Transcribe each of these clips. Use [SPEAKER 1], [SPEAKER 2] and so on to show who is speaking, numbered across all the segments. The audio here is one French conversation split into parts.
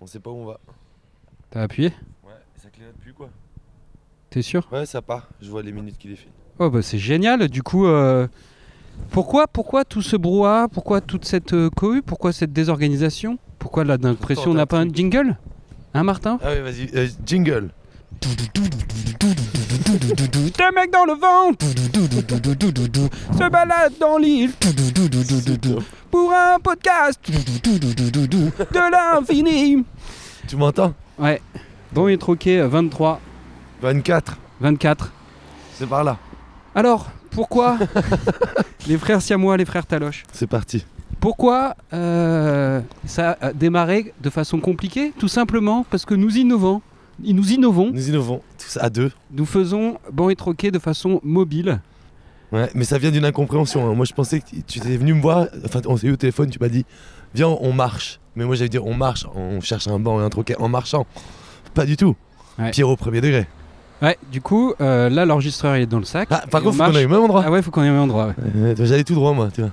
[SPEAKER 1] On sait pas où on va.
[SPEAKER 2] T'as appuyé
[SPEAKER 1] Ouais, ça clignote plus quoi.
[SPEAKER 2] T'es sûr
[SPEAKER 1] Ouais, ça part. Je vois les minutes qui défilent.
[SPEAKER 2] Oh bah c'est génial. Du coup, euh, pourquoi, pourquoi tout ce brouhaha Pourquoi toute cette euh, cohue Pourquoi cette désorganisation Pourquoi là d'un
[SPEAKER 1] J'entends
[SPEAKER 2] pression on
[SPEAKER 1] un
[SPEAKER 2] n'a pas un
[SPEAKER 1] truc.
[SPEAKER 2] jingle Hein Martin
[SPEAKER 1] Ah oui, vas-y. euh, jingle.
[SPEAKER 2] Deux mecs dans le vent se baladent dans l'île pour un podcast de l'infini.
[SPEAKER 1] Tu m'entends
[SPEAKER 2] Ouais. Bon, il est troqué euh, 23,
[SPEAKER 1] 24.
[SPEAKER 2] 24.
[SPEAKER 1] C'est par là.
[SPEAKER 2] Alors, pourquoi les frères Siamois, les frères Taloche
[SPEAKER 1] C'est parti.
[SPEAKER 2] Pourquoi euh, ça a démarré de façon compliquée Tout simplement parce que nous innovons. Et Nous innovons,
[SPEAKER 1] Nous innovons. Tous à deux.
[SPEAKER 2] nous faisons banc et troquet de façon mobile.
[SPEAKER 1] Ouais, mais ça vient d'une incompréhension. hein. Moi, je pensais que tu étais venu me voir. Enfin, on s'est eu au téléphone, tu m'as dit Viens, on marche. Mais moi, j'avais dit On marche, on cherche un banc et un troquet en marchant. Pas du tout.
[SPEAKER 2] Ouais.
[SPEAKER 1] Pierre au premier degré.
[SPEAKER 2] Ouais, du coup, euh, là, l'enregistreur il est dans le sac.
[SPEAKER 1] Ah, par
[SPEAKER 2] Et
[SPEAKER 1] contre, faut
[SPEAKER 2] on
[SPEAKER 1] qu'on
[SPEAKER 2] marche.
[SPEAKER 1] aille au même endroit.
[SPEAKER 2] Ah ouais, faut qu'on ait un endroit. ouais.
[SPEAKER 1] Euh, J'allais tout droit, moi, tu vois.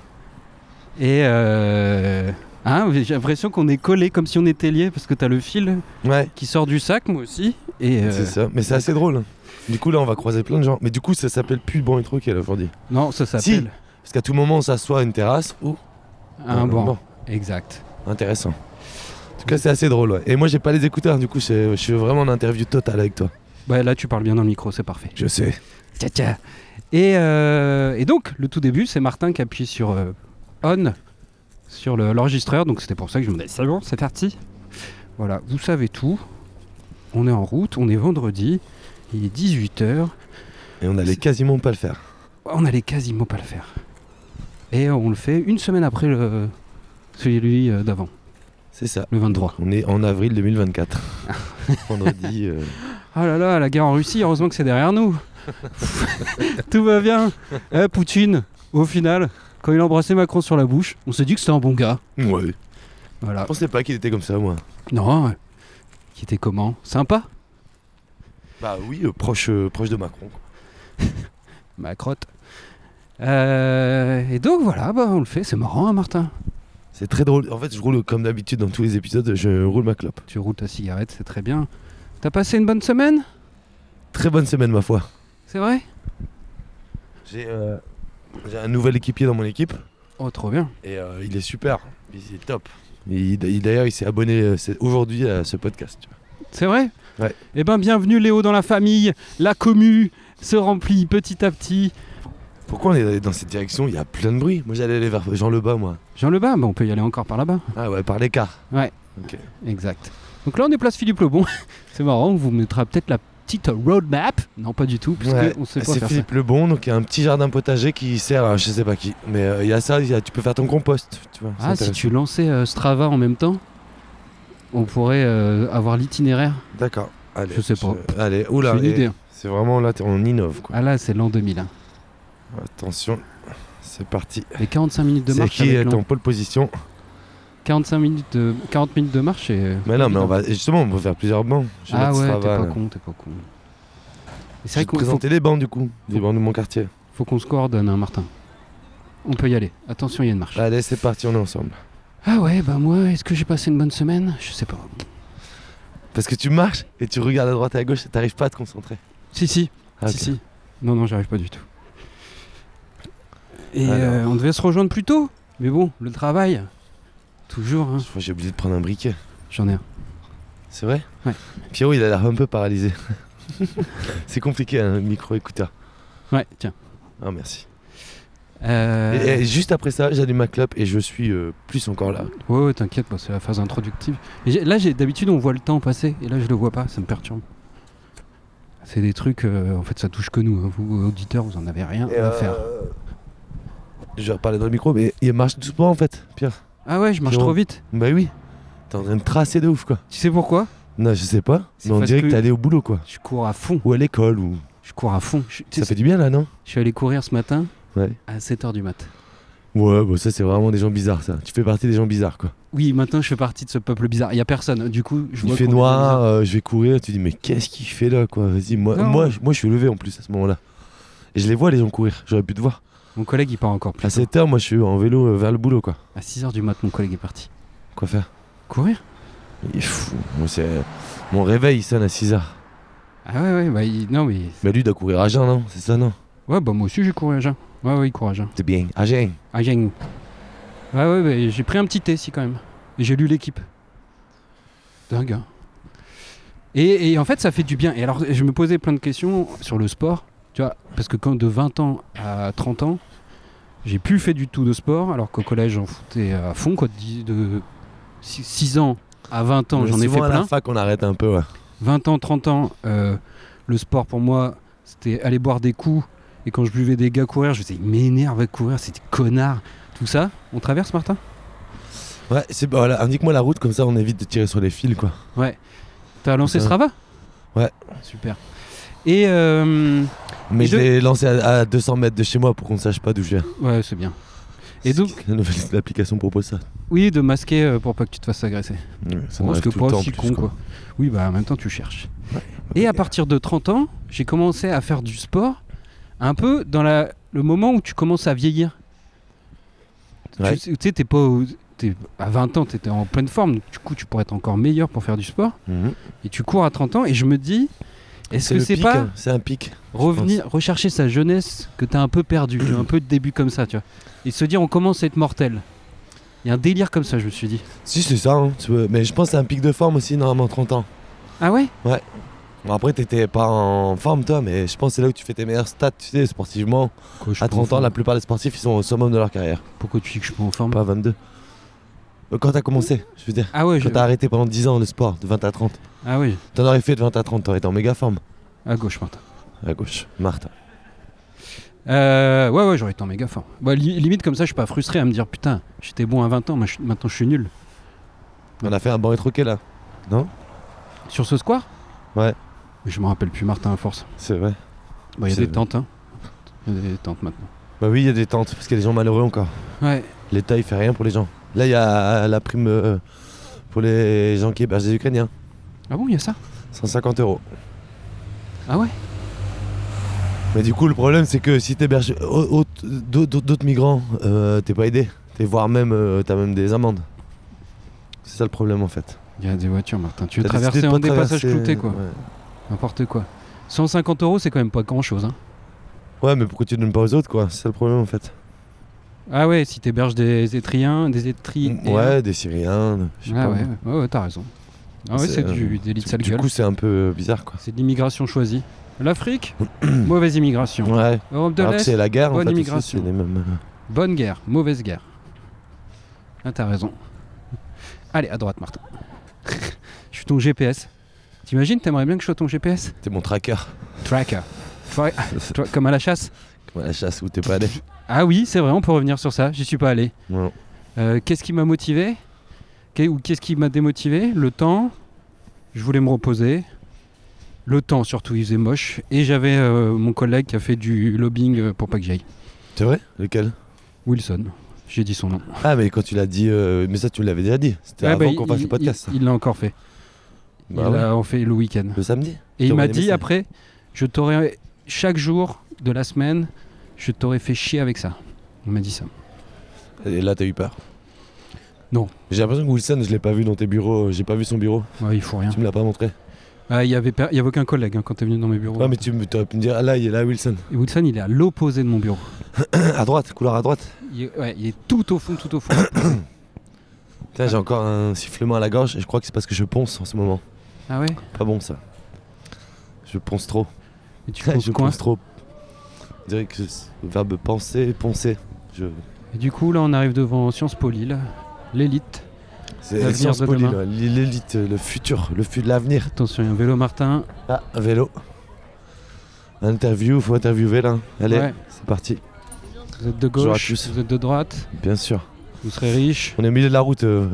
[SPEAKER 2] Et euh, hein, j'ai l'impression qu'on est collé comme si on était lié parce que t'as le fil
[SPEAKER 1] Ouais.
[SPEAKER 2] qui sort du sac, moi aussi. Et euh,
[SPEAKER 1] C'est ça, mais c'est assez drôle. hein. Du coup, là, on va croiser plein de gens. Mais du coup, ça s'appelle plus banc et troquet, là, aujourd'hui.
[SPEAKER 2] non, ça s'appelle
[SPEAKER 1] Parce qu'à tout moment, on s'assoit à une terrasse ou
[SPEAKER 2] un
[SPEAKER 1] ou
[SPEAKER 2] banc. Exact.
[SPEAKER 1] Intéressant. En tout cas, c'est assez drôle. ouais. Et moi, j'ai pas les écouteurs, du coup, je je suis vraiment en interview totale avec toi.
[SPEAKER 2] Ouais, Bah, là, tu parles bien dans le micro, c'est parfait.
[SPEAKER 1] Je sais.
[SPEAKER 2] Tcha, tcha. Et, euh, et donc, le tout début, c'est Martin qui appuie sur euh, on sur le- l'enregistreur. donc, c'était pour ça que je me disais, c'est bon, c'est parti. Voilà, vous savez tout. On est en route, on est vendredi, il est 18h.
[SPEAKER 1] Et on allait quasiment pas le faire.
[SPEAKER 2] On allait quasiment pas le faire. Et on le fait une semaine après le, celui euh, d'avant,
[SPEAKER 1] C'est ça.
[SPEAKER 2] le 23.
[SPEAKER 1] On est en avril 2024. Vendredi. euh,
[SPEAKER 2] Ah là là, la guerre en Russie, heureusement que c'est derrière nous. tout va bien. Eh, Poutine, au final, quand il a embrassé Macron sur la bouche, on s'est dit que c'était un bon gars.
[SPEAKER 1] Ouais.
[SPEAKER 2] Voilà.
[SPEAKER 1] Je pensais pas qu'il était comme ça, moi.
[SPEAKER 2] Non, euh, qui était comment Sympa
[SPEAKER 1] Bah oui, euh, proche, euh, proche de Macron. quoi.
[SPEAKER 2] Ma crotte. Euh, et donc voilà, bah, on le fait, c'est marrant, hein, Martin.
[SPEAKER 1] C'est très drôle. En fait, je roule comme d'habitude dans tous les épisodes, je roule ma clope.
[SPEAKER 2] Tu roules ta cigarette, c'est très bien. T'as passé une bonne semaine
[SPEAKER 1] Très bonne semaine, ma foi.
[SPEAKER 2] C'est vrai
[SPEAKER 1] J'ai euh, j'ai un nouvel équipier dans mon équipe.
[SPEAKER 2] Oh, trop bien.
[SPEAKER 1] Et euh, il est super, il est top. Il- il- D'ailleurs, il s'est abonné euh, c'est- aujourd'hui à ce podcast. tu vois.
[SPEAKER 2] C'est vrai
[SPEAKER 1] Ouais.
[SPEAKER 2] Eh ben, bienvenue Léo dans la famille. La commu se remplit petit à petit.
[SPEAKER 1] Pourquoi on est allé dans cette direction Il y a plein de bruit. Moi, j'allais aller vers Jean Lebas, moi.
[SPEAKER 2] Jean Lebas, bah, on peut y aller encore par là-bas.
[SPEAKER 1] Ah ouais, par l'écart.
[SPEAKER 2] Exact. Donc là, on est place Philippe Lebon. c'est marrant, on vous mettra peut-être la petite roadmap. Non, pas du tout, puisque
[SPEAKER 1] Ouais, Ah,
[SPEAKER 2] on sait pas
[SPEAKER 1] C'est
[SPEAKER 2] faire ça.
[SPEAKER 1] Philippe Lebon, donc il y a un petit jardin potager qui sert à je sais pas qui. Mais euh, il y a ça, il y a- tu peux faire ton compost. Tu vois, c'est
[SPEAKER 2] Ah, si
[SPEAKER 1] intéressant.
[SPEAKER 2] tu lançais euh, Strava en même temps, on pourrait euh, avoir l'itinéraire.
[SPEAKER 1] D'accord. Allez,
[SPEAKER 2] Je sais pas.
[SPEAKER 1] Allez,
[SPEAKER 2] C'est
[SPEAKER 1] oula.
[SPEAKER 2] une
[SPEAKER 1] eh,
[SPEAKER 2] idée.
[SPEAKER 1] C'est vraiment là, t'es- on innove quoi.
[SPEAKER 2] Ah là, c'est l'an 2000. hein.
[SPEAKER 1] Attention, c'est parti.
[SPEAKER 2] Les 45 minutes de
[SPEAKER 1] C'est
[SPEAKER 2] marche.
[SPEAKER 1] qui
[SPEAKER 2] avec
[SPEAKER 1] est
[SPEAKER 2] l'an-
[SPEAKER 1] en pole position
[SPEAKER 2] 45 minutes de... 40 minutes de marche. Et... euh,
[SPEAKER 1] Mais non, mais on va justement, on peut faire plusieurs bancs. Je vais
[SPEAKER 2] Ah
[SPEAKER 1] mettre
[SPEAKER 2] ouais, t'es
[SPEAKER 1] Strava,
[SPEAKER 2] pas
[SPEAKER 1] là.
[SPEAKER 2] con, t'es pas con. Et
[SPEAKER 1] Je vais te
[SPEAKER 2] C'est vrai qu'il faut,
[SPEAKER 1] présenter les bancs du coup, les bancs de mon quartier.
[SPEAKER 2] faut qu'on se coordonne, hein, Martin. On peut y aller. Attention, il y a une marche.
[SPEAKER 1] Bah, Allez, c'est parti, on est ensemble.
[SPEAKER 2] Ah ouais, bah moi, est-ce que j'ai passé une bonne semaine Je sais pas.
[SPEAKER 1] Parce que tu marches et tu regardes à droite et à gauche et t'arrives pas à te concentrer.
[SPEAKER 2] Si, si,
[SPEAKER 1] Ah,
[SPEAKER 2] si,
[SPEAKER 1] ok.
[SPEAKER 2] si. Non, non, j'arrive pas du tout. Et
[SPEAKER 1] Alors.
[SPEAKER 2] euh, on devait se rejoindre plus tôt. Mais bon, le travail, toujours, hein.
[SPEAKER 1] Je crois que J'ai oublié de prendre un briquet.
[SPEAKER 2] J'en ai un.
[SPEAKER 1] C'est vrai
[SPEAKER 2] Ouais.
[SPEAKER 1] Pierrot, il a l'air un peu paralysé. c'est compliqué, un micro-écouteur.
[SPEAKER 2] Ouais, tiens.
[SPEAKER 1] Ah, merci.
[SPEAKER 2] Euh...
[SPEAKER 1] Et, et juste après ça, j'allume ma clope et je suis euh, plus encore là.
[SPEAKER 2] Ouais, ouais, t'inquiète, moi, c'est la phase introductive. Et j'ai- là, j'ai d'habitude, on voit le temps passer, et là, je le vois pas, ça me perturbe. C'est des trucs, euh, en fait, ça touche que nous. hein. Vous, auditeurs, vous en avez rien
[SPEAKER 1] Et,
[SPEAKER 2] à
[SPEAKER 1] euh,
[SPEAKER 2] faire.
[SPEAKER 1] Je vais reparler dans le micro, mais il marche doucement en fait, Pierre.
[SPEAKER 2] Ah ouais, je marche
[SPEAKER 1] Jérôme.
[SPEAKER 2] trop vite.
[SPEAKER 1] Bah oui. T'es en train de tracer de ouf quoi.
[SPEAKER 2] Tu sais pourquoi
[SPEAKER 1] Non, je sais pas.
[SPEAKER 2] C'est
[SPEAKER 1] Mais on
[SPEAKER 2] parce
[SPEAKER 1] dirait que
[SPEAKER 2] que-
[SPEAKER 1] t'es allé au boulot quoi.
[SPEAKER 2] Je cours à fond.
[SPEAKER 1] Ou à l'école, ou.
[SPEAKER 2] Je cours à fond. Je, tu
[SPEAKER 1] Ça
[SPEAKER 2] sais,
[SPEAKER 1] fait du bien là, non
[SPEAKER 2] je suis allé courir ce matin
[SPEAKER 1] Ouais.
[SPEAKER 2] à 7h du mat.
[SPEAKER 1] Ouais, bah ça c'est vraiment des gens bizarres ça. Tu fais partie des gens bizarres quoi.
[SPEAKER 2] Oui, maintenant, je fais partie de ce peuple bizarre. Il y a personne. Du coup, je vois
[SPEAKER 1] Il fait
[SPEAKER 2] qu'on est
[SPEAKER 1] noir,
[SPEAKER 2] bizarre.
[SPEAKER 1] euh, je vais courir, tu dis mais qu'est-ce qu'il fait là quoi Vas-y, moi,
[SPEAKER 2] Non.
[SPEAKER 1] moi, je- moi je suis levé en plus à ce moment-là. Et je les vois les gens courir, j'aurais pu te voir.
[SPEAKER 2] Mon collègue, il part encore
[SPEAKER 1] À
[SPEAKER 2] plus. tôt.
[SPEAKER 1] 7h, moi je suis en vélo euh, vers le boulot quoi.
[SPEAKER 2] À 6h du mat, mon collègue est parti.
[SPEAKER 1] Quoi faire
[SPEAKER 2] Courir
[SPEAKER 1] Il est fou. Moi, c'est... Mon réveil, il sonne à 6h.
[SPEAKER 2] Ah ouais, ouais, bah il- non, mais.
[SPEAKER 1] Mais lui, il doit courir à jeun, non C'est ça, non
[SPEAKER 2] Ouais, bah moi aussi j'ai couru à jeun. Ouais, ouais, il court à jeun.
[SPEAKER 1] C'est bien. À jeun.
[SPEAKER 2] À jeun. Ah, Ouais, ouais, bah, j'ai pris un petit thé, si, quand même. Et j'ai lu l'équipe. Dingue. hein. Et, et en fait, ça fait du bien. Et alors, je me posais plein de questions sur le sport, tu vois, parce que quand de 20 ans à 30 ans, j'ai plus fait du tout de sport, alors qu'au collège, j'en foutais à fond, quoi. dix- De 6 ans à 20 ans,
[SPEAKER 1] Mais
[SPEAKER 2] j'en ai fait
[SPEAKER 1] souvent, à
[SPEAKER 2] plein.
[SPEAKER 1] la fac, on arrête un peu, ouais.
[SPEAKER 2] 20 ans, 30 ans, euh, le sport pour moi, c'était aller boire des coups. Et quand je buvais des gars courir, je me disais, ils m'énervent à courir, c'est des connards. Tout ça, on traverse, Martin
[SPEAKER 1] Ouais, c'est... bah, voilà, indique-moi la route, comme ça, on évite de tirer sur les fils, quoi.
[SPEAKER 2] T'as lancé
[SPEAKER 1] Ouais.
[SPEAKER 2] Strava
[SPEAKER 1] Euh, Ouais.
[SPEAKER 2] Super. Et. euh,
[SPEAKER 1] Mais
[SPEAKER 2] Et
[SPEAKER 1] je
[SPEAKER 2] de-
[SPEAKER 1] l'ai lancé à, à 200 mètres de chez moi pour qu'on ne sache pas d'où je viens.
[SPEAKER 2] ouais, c'est bien. Et donc,
[SPEAKER 1] La nouvelle application propose ça.
[SPEAKER 2] oui, de masquer euh, pour pas que tu te fasses agresser.
[SPEAKER 1] Ouais, ça
[SPEAKER 2] Parce
[SPEAKER 1] m'arrive
[SPEAKER 2] que
[SPEAKER 1] tout le
[SPEAKER 2] pas
[SPEAKER 1] temps, en
[SPEAKER 2] aussi
[SPEAKER 1] plus,
[SPEAKER 2] con, quoi. Oui, bah en même temps, tu cherches.
[SPEAKER 1] Ouais.
[SPEAKER 2] Et à partir de 30 ans, j'ai commencé à faire du sport un peu dans la- le moment où tu commences à vieillir. Tu
[SPEAKER 1] Ouais.
[SPEAKER 2] sais- Tu sais, t'es pas. au- t'es- à 20 ans, tu étais en pleine forme, donc du coup, tu pourrais être encore meilleur pour faire du sport.
[SPEAKER 1] Mhm.
[SPEAKER 2] Et tu cours à 30 ans, et je me dis, est-ce que
[SPEAKER 1] le
[SPEAKER 2] c'est
[SPEAKER 1] pic,
[SPEAKER 2] pas
[SPEAKER 1] hein, C'est un pic.
[SPEAKER 2] revenir, rechercher sa jeunesse que t'as un peu perdu, tu vois, un peu de début comme ça, tu vois Et se dire, on commence à être mortel. Il y a un délire comme ça, je me suis dit.
[SPEAKER 1] Si, c'est ça. hein, tu peux- Mais je pense que c'est un pic de forme aussi, normalement, 30 ans.
[SPEAKER 2] Ah ouais
[SPEAKER 1] Bon, après, t'étais pas en forme, toi, mais je pense que c'est là où tu fais tes meilleurs stats, tu sais, sportivement. À 30 ans, la plupart des sportifs, ils sont au summum de leur carrière.
[SPEAKER 2] Pourquoi tu dis que je suis pas en forme
[SPEAKER 1] Pas à 22. Euh, Quand t'as commencé, je veux dire.
[SPEAKER 2] Ah ouais, je...
[SPEAKER 1] Quand t'as arrêté pendant 10 ans le sport, de 20 à 30.
[SPEAKER 2] ah ouais,
[SPEAKER 1] T'en aurais fait de 20 à 30, t'aurais été en méga forme.
[SPEAKER 2] à gauche, Martin.
[SPEAKER 1] À gauche, Marthe.
[SPEAKER 2] Euh, ouais, ouais, j'aurais été en méga fort. Bah, li- limite, comme ça, je suis pas frustré à me dire putain, j'étais bon à 20 ans, moi, je- maintenant je suis nul.
[SPEAKER 1] On a fait un banc et troquet là.
[SPEAKER 2] Sur ce square
[SPEAKER 1] Ouais.
[SPEAKER 2] Mais je me rappelle plus, Martin, à force.
[SPEAKER 1] C'est vrai.
[SPEAKER 2] Bah, il y a
[SPEAKER 1] C'est-
[SPEAKER 2] des tentes, hein. Il y a des tentes maintenant.
[SPEAKER 1] Bah oui, il y a des tentes, parce qu'il y a des gens malheureux encore.
[SPEAKER 2] Ouais,
[SPEAKER 1] L'État, il fait rien pour les gens. Là, il y a la prime euh, pour les gens qui hébergent des Ukrainiens.
[SPEAKER 2] ah bon, il y a ça
[SPEAKER 1] 150 euros.
[SPEAKER 2] Ah ouais
[SPEAKER 1] Mais du coup, le problème, c'est que si t'héberges au- au- d'au- d'au- d'autres migrants, euh, t'es pas aidé. T'es voire même, euh, t'as même des amendes. C'est ça le problème en fait.
[SPEAKER 2] Il y a des voitures, Martin. Tu veux
[SPEAKER 1] T'as décidé
[SPEAKER 2] traverser
[SPEAKER 1] de
[SPEAKER 2] un
[SPEAKER 1] pas
[SPEAKER 2] des passages
[SPEAKER 1] traverser,
[SPEAKER 2] cloutés, quoi.
[SPEAKER 1] Ouais.
[SPEAKER 2] N'importe quoi. 150 euros, c'est quand même pas grand chose, hein.
[SPEAKER 1] Ouais, mais pourquoi tu donnes pas aux autres, quoi C'est ça le problème en fait.
[SPEAKER 2] Ah ouais, si t'héberges des étriens, des étris.
[SPEAKER 1] Ouais, des Syriens. je sais
[SPEAKER 2] Ah
[SPEAKER 1] pas.
[SPEAKER 2] ouais, ouais, ouais, t'as raison. Ah ouais, c'est
[SPEAKER 1] euh,
[SPEAKER 2] du délit de
[SPEAKER 1] du-
[SPEAKER 2] sale
[SPEAKER 1] Du
[SPEAKER 2] gueule.
[SPEAKER 1] coup, c'est un peu bizarre, quoi.
[SPEAKER 2] C'est de l'immigration choisie. L'Afrique, mauvaise immigration.
[SPEAKER 1] Ouais.
[SPEAKER 2] Europe de
[SPEAKER 1] Alors que
[SPEAKER 2] l'Est,
[SPEAKER 1] c'est la guerre, en
[SPEAKER 2] bonne
[SPEAKER 1] fait. aussi,
[SPEAKER 2] immigration.
[SPEAKER 1] c'est les mêmes. euh,
[SPEAKER 2] bonne guerre, mauvaise guerre. Ah, t'as raison. Allez, à droite, Martin. je suis ton GPS. T'imagines, t'aimerais bien que je sois ton GPS
[SPEAKER 1] T'es mon tracker.
[SPEAKER 2] Tracker. Tra- tra- comme à la chasse
[SPEAKER 1] Comme à la chasse où t'es pas allé.
[SPEAKER 2] Ah oui, c'est vrai, on peut revenir sur ça. J'y suis pas allé.
[SPEAKER 1] Non.
[SPEAKER 2] Euh, qu'est-ce qui m'a motivé Qu'est- Ou qu'est-ce qui m'a démotivé Le temps. Je voulais me reposer. Le temps, surtout, il faisait moche. Et j'avais euh, mon collègue qui a fait du lobbying euh, pour pas que j'aille.
[SPEAKER 1] C'est vrai Lequel
[SPEAKER 2] Wilson. J'ai dit son nom.
[SPEAKER 1] Ah, mais quand tu l'as dit. euh, Mais ça, tu l'avais déjà dit. C'était
[SPEAKER 2] Ouais,
[SPEAKER 1] avant
[SPEAKER 2] bah,
[SPEAKER 1] qu'on
[SPEAKER 2] il-
[SPEAKER 1] fasse le
[SPEAKER 2] il-
[SPEAKER 1] podcast. ça.
[SPEAKER 2] Il l'a encore fait.
[SPEAKER 1] Bah
[SPEAKER 2] il
[SPEAKER 1] ouais.
[SPEAKER 2] l'a en fait le week-end.
[SPEAKER 1] Le samedi
[SPEAKER 2] Et
[SPEAKER 1] T'as
[SPEAKER 2] il m'a
[SPEAKER 1] envoyé des
[SPEAKER 2] dit
[SPEAKER 1] messages
[SPEAKER 2] après, je t'aurais chaque jour de la semaine, je t'aurais fait chier avec ça. Il m'a dit ça.
[SPEAKER 1] Et là, t'as eu peur
[SPEAKER 2] Non.
[SPEAKER 1] J'ai l'impression que Wilson, je l'ai pas vu dans tes bureaux. euh, J'ai pas vu son bureau.
[SPEAKER 2] Ouais, il faut rien.
[SPEAKER 1] Tu me l'as pas montré.
[SPEAKER 2] Ah, Il y avait, per- il y avait aucun collègue hein, quand t'es venu dans mes bureaux.
[SPEAKER 1] Ouais, mais tu aurais pu me dire, ah là, il est là, Wilson.
[SPEAKER 2] Et Wilson, il est à l'opposé de mon bureau.
[SPEAKER 1] à droite, couloir à droite.
[SPEAKER 2] Il est, ouais, il est tout au fond, tout au fond.
[SPEAKER 1] Tiens, j'ai encore un sifflement à la gorge et je crois que c'est parce que je ponce en ce moment.
[SPEAKER 2] ah ouais
[SPEAKER 1] Pas bon, ça. Je ponce trop.
[SPEAKER 2] Et tu penses
[SPEAKER 1] je
[SPEAKER 2] quoi
[SPEAKER 1] ponce trop. On dirait que c'est- le verbe penser, poncer. Je...
[SPEAKER 2] Et du coup, là, on arrive devant Sciences Po Lille, l'élite.
[SPEAKER 1] C'est
[SPEAKER 2] L'avenir
[SPEAKER 1] Sciences
[SPEAKER 2] de
[SPEAKER 1] Po Lille,
[SPEAKER 2] demain.
[SPEAKER 1] ouais. l'élite, le futur, le futur de l'avenir.
[SPEAKER 2] Attention, il y a un vélo Martin.
[SPEAKER 1] Ah, un vélo. Interview, faut interviewer là. Allez,
[SPEAKER 2] Ouais,
[SPEAKER 1] c'est parti.
[SPEAKER 2] vous êtes de
[SPEAKER 1] Bonjour à
[SPEAKER 2] gauche,
[SPEAKER 1] tous.
[SPEAKER 2] vous êtes de droite,
[SPEAKER 1] Bien sûr.
[SPEAKER 2] vous serez riche.
[SPEAKER 1] On est au milieu de la route. euh,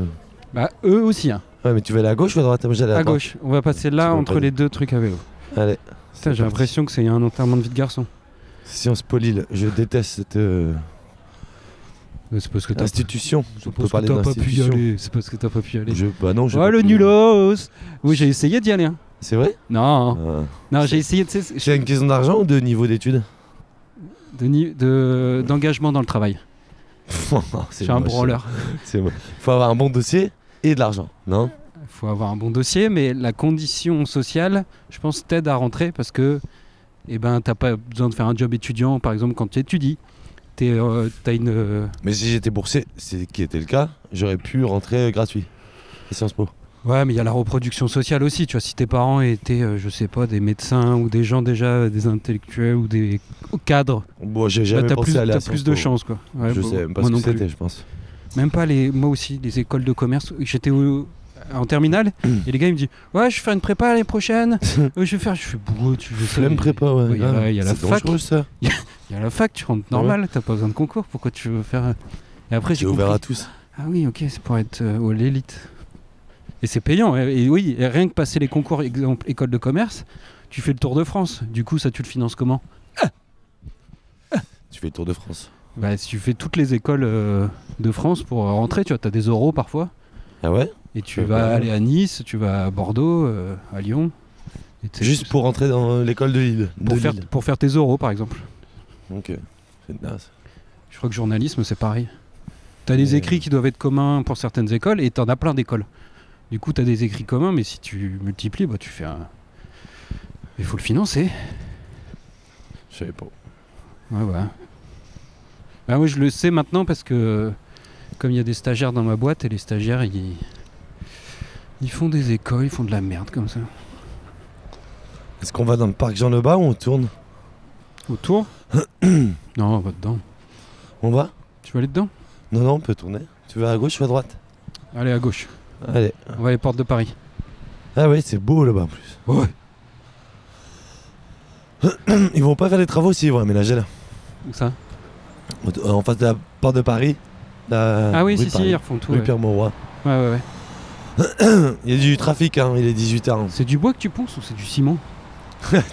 [SPEAKER 2] Bah, eux aussi, hein.
[SPEAKER 1] Ouais, mais tu vas aller à gauche ou à droite Moi, j'allais
[SPEAKER 2] à
[SPEAKER 1] droite.
[SPEAKER 2] gauche. On va passer là
[SPEAKER 1] C'est bon,
[SPEAKER 2] entre
[SPEAKER 1] pas
[SPEAKER 2] les deux trucs à vélo.
[SPEAKER 1] Allez.
[SPEAKER 2] Putain, j'ai l'impression que c'est un enterrement de vie de garçon.
[SPEAKER 1] Sciences Po Lille, je déteste cette euh,
[SPEAKER 2] C'est parce que t'as
[SPEAKER 1] institution. Je peux
[SPEAKER 2] pas,
[SPEAKER 1] parler
[SPEAKER 2] pu y
[SPEAKER 1] d'institution.
[SPEAKER 2] aller. C'est parce que t'as pas pu y aller.
[SPEAKER 1] Je- bah non, j'ai
[SPEAKER 2] Oh
[SPEAKER 1] pas
[SPEAKER 2] le
[SPEAKER 1] pu-
[SPEAKER 2] nulos Oui, j'ai essayé d'y aller. hein.
[SPEAKER 1] C'est vrai
[SPEAKER 2] Non,
[SPEAKER 1] Euh,
[SPEAKER 2] non, j'ai essayé de, c'est-
[SPEAKER 1] C'est une question d'argent ou de niveau d'études
[SPEAKER 2] de ni- de- d'engagement dans le travail.
[SPEAKER 1] C'est
[SPEAKER 2] J'ai un
[SPEAKER 1] moche.
[SPEAKER 2] branleur.
[SPEAKER 1] C'est moche. Faut avoir un bon dossier et de l'argent, non
[SPEAKER 2] faut avoir un bon dossier, mais la condition sociale, je pense, t'aide à rentrer parce que eh ben, t'as pas besoin de faire un job étudiant, par exemple, quand tu étudies. T'es, euh, t'as une. euh,
[SPEAKER 1] Mais si j'étais boursier, c'est qui était le cas, j'aurais pu rentrer euh, gratuit. C'est Sciences Po.
[SPEAKER 2] Ouais, mais il y a la reproduction sociale aussi. Tu vois, si tes parents étaient, euh, je sais pas, des médecins ou des gens déjà, euh, des intellectuels ou des cadres,
[SPEAKER 1] Bon, j'ai
[SPEAKER 2] bah,
[SPEAKER 1] jamais
[SPEAKER 2] t'as
[SPEAKER 1] pensé
[SPEAKER 2] plus,
[SPEAKER 1] à aller à
[SPEAKER 2] t'as
[SPEAKER 1] Sciences
[SPEAKER 2] plus de
[SPEAKER 1] Po.
[SPEAKER 2] chances, quoi. Ouais,
[SPEAKER 1] Je
[SPEAKER 2] bon,
[SPEAKER 1] sais même pas ce
[SPEAKER 2] moi
[SPEAKER 1] que
[SPEAKER 2] non plus.
[SPEAKER 1] c'était, je pense.
[SPEAKER 2] Même pas les, moi aussi, les écoles de commerce. J'étais au- en terminale et les gars ils me disent ouais je vais faire une prépa l'année prochaine Euh, je vais faire je suis bourreau tu veux
[SPEAKER 1] Flemme prépa, ouais.
[SPEAKER 2] Ouais, y a
[SPEAKER 1] grave.
[SPEAKER 2] la- y a la
[SPEAKER 1] c'est
[SPEAKER 2] fac.
[SPEAKER 1] dangereux ça.
[SPEAKER 2] il y a la fac tu rentres normal t'as pas besoin de concours pourquoi tu veux faire euh, et après
[SPEAKER 1] C'est
[SPEAKER 2] j'ai
[SPEAKER 1] ouvert
[SPEAKER 2] compris.
[SPEAKER 1] à tous.
[SPEAKER 2] Ah oui, ok, c'est pour être euh, au- l'élite. Et c'est payant. Et, et oui, et rien que passer les concours, exemple école de commerce, tu fais le tour de France. Du coup, ça, tu le finances comment
[SPEAKER 1] Tu fais le tour de France.
[SPEAKER 2] Bah, si tu fais toutes les écoles euh, de France pour euh, rentrer, tu vois, t'as des euros parfois.
[SPEAKER 1] Ah ouais
[SPEAKER 2] Et tu
[SPEAKER 1] Ouais,
[SPEAKER 2] vas
[SPEAKER 1] bah ouais.
[SPEAKER 2] aller à Nice, tu vas à Bordeaux, euh, à Lyon. Et t'es-
[SPEAKER 1] Juste pour rentrer dans euh, l'école de Lille.
[SPEAKER 2] pour
[SPEAKER 1] de
[SPEAKER 2] faire,
[SPEAKER 1] Lille.
[SPEAKER 2] pour faire tes euros, par exemple.
[SPEAKER 1] Ok. C'est naze.
[SPEAKER 2] Je crois que journalisme, c'est pareil. T'as des
[SPEAKER 1] Et-
[SPEAKER 2] écrits qui doivent être communs pour certaines écoles et t'en as plein d'écoles. Du coup, t'as des écrits communs, mais si tu multiplies, bah, tu fais un. Il faut le financer.
[SPEAKER 1] Je savais pas.
[SPEAKER 2] Ouais, ouais. Bah, moi, je le sais maintenant parce que, comme il y a des stagiaires dans ma boîte, et les stagiaires, ils. Ils font des écoles, ils font de la merde comme ça.
[SPEAKER 1] Est-ce qu'on va dans le parc Jean Lebas ou on tourne
[SPEAKER 2] Autour Non, va dedans.
[SPEAKER 1] On va
[SPEAKER 2] Tu veux aller dedans
[SPEAKER 1] Non, non, on peut tourner. Tu vas à gauche ou à droite
[SPEAKER 2] Allez, à gauche.
[SPEAKER 1] Allez.
[SPEAKER 2] On va à les portes de Paris.
[SPEAKER 1] Ah ouais, c'est beau là-bas en plus.
[SPEAKER 2] Ouais. Hum,
[SPEAKER 1] Ils vont pas faire les travaux s'ils vont aménager là.
[SPEAKER 2] Où ça
[SPEAKER 1] Au- En face de la porte de Paris. la
[SPEAKER 2] Ah oui,
[SPEAKER 1] rue
[SPEAKER 2] si,
[SPEAKER 1] de
[SPEAKER 2] si,
[SPEAKER 1] Paris.
[SPEAKER 2] ils refont tout.
[SPEAKER 1] Rue
[SPEAKER 2] Ouais, ouais,
[SPEAKER 1] Pierre Mauroy.
[SPEAKER 2] ouais. ouais.
[SPEAKER 1] Il y a du trafic, hein, il est 18h.
[SPEAKER 2] C'est du bois que tu ponces ou c'est du ciment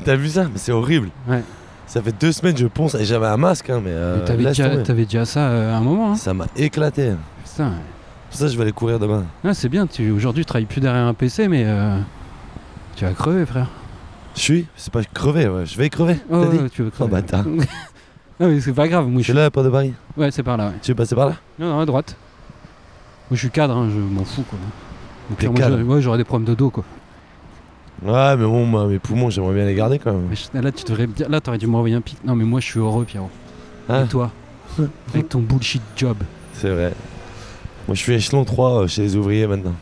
[SPEAKER 1] T'as vu ça Mais c'est horrible.
[SPEAKER 2] Ouais.
[SPEAKER 1] Ça fait deux semaines je ponce et j'avais un masque, hein, mais. euh,
[SPEAKER 2] Mais T'avais
[SPEAKER 1] laisse
[SPEAKER 2] déjà,
[SPEAKER 1] tomber.
[SPEAKER 2] t'avais déjà ça euh, à un moment. hein.
[SPEAKER 1] Ça m'a éclaté.
[SPEAKER 2] Putain.
[SPEAKER 1] Pour ça, je vais aller courir demain.
[SPEAKER 2] Ah, c'est bien, tu, aujourd'hui tu travailles plus derrière un PC, mais euh, tu vas crever, frère.
[SPEAKER 1] Je suis C'est pas crevé, ouais. Je vais crever.
[SPEAKER 2] Oh,
[SPEAKER 1] t'as dit
[SPEAKER 2] ouais, tu vas
[SPEAKER 1] Oh,
[SPEAKER 2] crever.
[SPEAKER 1] bâtard.
[SPEAKER 2] non, mais c'est pas grave, moi
[SPEAKER 1] Je
[SPEAKER 2] je
[SPEAKER 1] suis là, à la porte de Paris.
[SPEAKER 2] Ouais, c'est par là, ouais.
[SPEAKER 1] Tu veux passer par là
[SPEAKER 2] Non, non, à droite. Moi je suis cadre, hein, je m'en fous, quoi. Au
[SPEAKER 1] T'es
[SPEAKER 2] pire, moi,
[SPEAKER 1] cadre.
[SPEAKER 2] j'aurais- ouais, j'aurais des problèmes de dos, quoi.
[SPEAKER 1] Ouais, mais bon, moi, mes poumons, j'aimerais bien les garder quand même.
[SPEAKER 2] Mais je- là, tu devrais me dire, là, t'aurais dû m'envoyer un pic. Non, mais moi je suis heureux, Pierrot.
[SPEAKER 1] Ah.
[SPEAKER 2] Et toi Avec ton bullshit job.
[SPEAKER 1] C'est vrai. Moi, je suis échelon 3 euh, chez les ouvriers maintenant.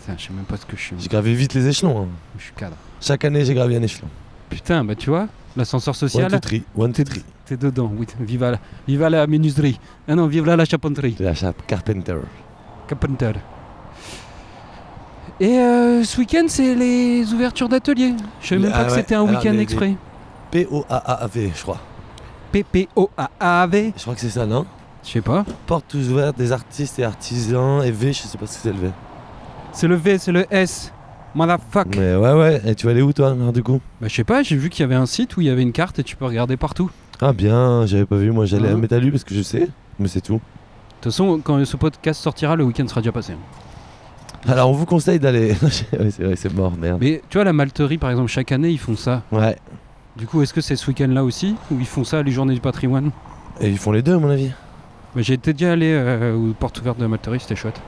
[SPEAKER 2] Putain, je sais même pas ce que je suis.
[SPEAKER 1] J'ai gravé vite les échelons. hein.
[SPEAKER 2] Je suis cadre.
[SPEAKER 1] Chaque année, j'ai gravi un échelon.
[SPEAKER 2] Putain, bah tu vois, l'ascenseur
[SPEAKER 1] One,
[SPEAKER 2] social.
[SPEAKER 1] two, three. One, two, three.
[SPEAKER 2] T'es dedans, oui. Viva la, viva la menuiserie. Ah non, vive la, la charpenterie.
[SPEAKER 1] De la chape Carpenter.
[SPEAKER 2] Carpenter. Et euh, ce week-end, c'est les ouvertures d'ateliers. Je savais même
[SPEAKER 1] Ah
[SPEAKER 2] pas que
[SPEAKER 1] ouais,
[SPEAKER 2] c'était un
[SPEAKER 1] alors,
[SPEAKER 2] week-end
[SPEAKER 1] les- les-
[SPEAKER 2] exprès.
[SPEAKER 1] P-O-A-A-V, je crois.
[SPEAKER 2] PPOAAV.
[SPEAKER 1] Je crois que c'est ça, non
[SPEAKER 2] Je sais pas.
[SPEAKER 1] Porte ouvertes des artistes et artisans. Et V, je sais pas ce que c'est le V.
[SPEAKER 2] C'est le V, c'est le S. Motherfuck.
[SPEAKER 1] Mais ouais, ouais. Et tu vas aller où, toi, alors, du coup
[SPEAKER 2] Bah, je sais pas, j'ai vu qu'il y avait un site où il y avait une carte et tu peux regarder partout.
[SPEAKER 1] Ah, bien, j'avais pas vu. Moi, j'allais à
[SPEAKER 2] Hein
[SPEAKER 1] Métalu parce que je sais. Mais c'est tout.
[SPEAKER 2] De toute façon, quand ce podcast sortira, le week-end sera déjà passé.
[SPEAKER 1] Alors, on vous conseille d'aller. ouais, c'est vrai, c'est mort, merde.
[SPEAKER 2] Mais tu vois, la malterie, par exemple, chaque année, ils font ça.
[SPEAKER 1] Ouais.
[SPEAKER 2] Du coup, est-ce que c'est ce week-end-là aussi Ou ils font ça les journées du patrimoine
[SPEAKER 1] Et ils font les deux, à mon avis.
[SPEAKER 2] Mais j'ai été déjà allé euh, aux portes ouvertes de la Malterie, c'était chouette.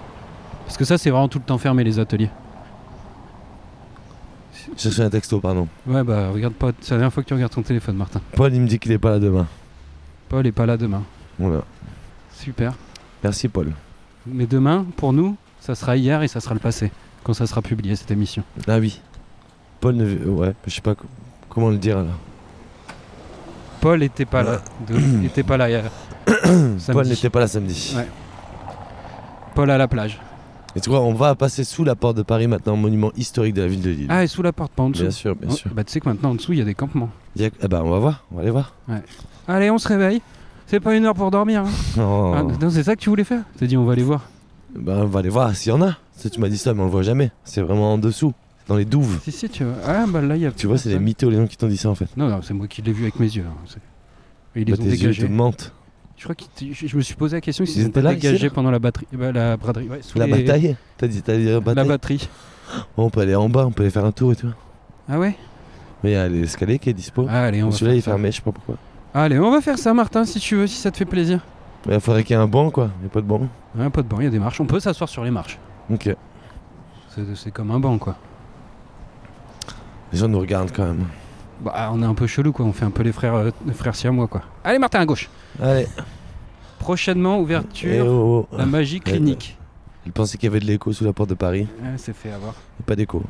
[SPEAKER 2] Parce que ça, c'est vraiment tout le temps fermé, les ateliers.
[SPEAKER 1] Je cherchais un texto, pardon.
[SPEAKER 2] Ouais, bah regarde pas, c'est la dernière fois que tu regardes ton téléphone, Martin.
[SPEAKER 1] Paul, il me dit qu'il est pas là demain.
[SPEAKER 2] Paul est pas là demain.
[SPEAKER 1] Voilà.
[SPEAKER 2] Super.
[SPEAKER 1] Merci, Paul.
[SPEAKER 2] Mais demain, pour nous, ça sera hier et ça sera le passé, quand ça sera publié cette émission.
[SPEAKER 1] Ah oui. Paul ne. Ouais, je sais pas co- comment le dire là.
[SPEAKER 2] Paul était pas là, de- était pas là hier. Samedi.
[SPEAKER 1] Bah, Paul n'était pas là samedi.
[SPEAKER 2] Ouais. Paul à la plage.
[SPEAKER 1] Et tu vois, on va passer sous la porte de Paris maintenant, monument historique de la ville de Lille.
[SPEAKER 2] Ah, et sous la porte, pas en dessous.
[SPEAKER 1] bien sûr, bien
[SPEAKER 2] Oh,
[SPEAKER 1] sûr.
[SPEAKER 2] Bah tu sais que maintenant en dessous, il y a des campements.
[SPEAKER 1] Il y a- Ah bah, on va voir, on va aller voir.
[SPEAKER 2] Allez, on se réveille. C'est pas une heure pour dormir. hein.
[SPEAKER 1] Oh.
[SPEAKER 2] Ah, non, c'est ça que tu voulais faire T'as dit, on va aller voir.
[SPEAKER 1] Bah, on va aller voir s'il y en a. Parce que Tu m'as dit ça, mais on le voit jamais. C'est vraiment en dessous, dans les douves.
[SPEAKER 2] Si, si, tu vois. Ah, bah là, il y a.
[SPEAKER 1] Tu vois, c'est les mythos, les gens qui t'ont dit ça en fait.
[SPEAKER 2] Non, non, c'est moi qui l'ai vu avec mes yeux. hein. C'est- Ils les
[SPEAKER 1] Bah,
[SPEAKER 2] ont
[SPEAKER 1] tes yeux
[SPEAKER 2] dégagés.
[SPEAKER 1] te mentent.
[SPEAKER 2] Je crois que je, je me suis posé la question
[SPEAKER 1] Ils
[SPEAKER 2] s'ils
[SPEAKER 1] étaient
[SPEAKER 2] étaient
[SPEAKER 1] là, ici,
[SPEAKER 2] dégagés
[SPEAKER 1] là
[SPEAKER 2] pendant la batterie, bah, la braderie. ouais, sous
[SPEAKER 1] La
[SPEAKER 2] les-
[SPEAKER 1] bataille T'as dit, t'as dit la
[SPEAKER 2] La
[SPEAKER 1] bataille
[SPEAKER 2] batterie.
[SPEAKER 1] On peut aller en bas, on peut aller faire un tour et tout.
[SPEAKER 2] Ah ouais.
[SPEAKER 1] Mais il y a l'escalier qui est dispo.
[SPEAKER 2] Ah, allez, on va.
[SPEAKER 1] Celui-là, il est
[SPEAKER 2] Faire ça.
[SPEAKER 1] fermé, je sais pas pourquoi.
[SPEAKER 2] Allez, on va faire ça, Martin, si tu veux, si ça te fait plaisir.
[SPEAKER 1] Mais Il faudrait qu'il y ait un banc, quoi. Il n'y a pas de banc.
[SPEAKER 2] Ouais, pas de banc, il y a des marches. On peut s'asseoir sur les marches.
[SPEAKER 1] Ok.
[SPEAKER 2] Ça, c'est c'est comme un banc, quoi.
[SPEAKER 1] Les gens nous regardent quand même.
[SPEAKER 2] Bah, on est un peu chelou, quoi. On fait un peu les frères, euh, les frères siamois, quoi. Allez, Martin, à gauche.
[SPEAKER 1] Allez,
[SPEAKER 2] Prochainement,
[SPEAKER 1] eh
[SPEAKER 2] ouverture,
[SPEAKER 1] oh, oh.
[SPEAKER 2] la magie
[SPEAKER 1] Ouais,
[SPEAKER 2] clinique.
[SPEAKER 1] Il pensait qu'il y avait de l'écho sous la porte de Paris.
[SPEAKER 2] Ouais, c'est fait avoir.
[SPEAKER 1] Pas d'écho.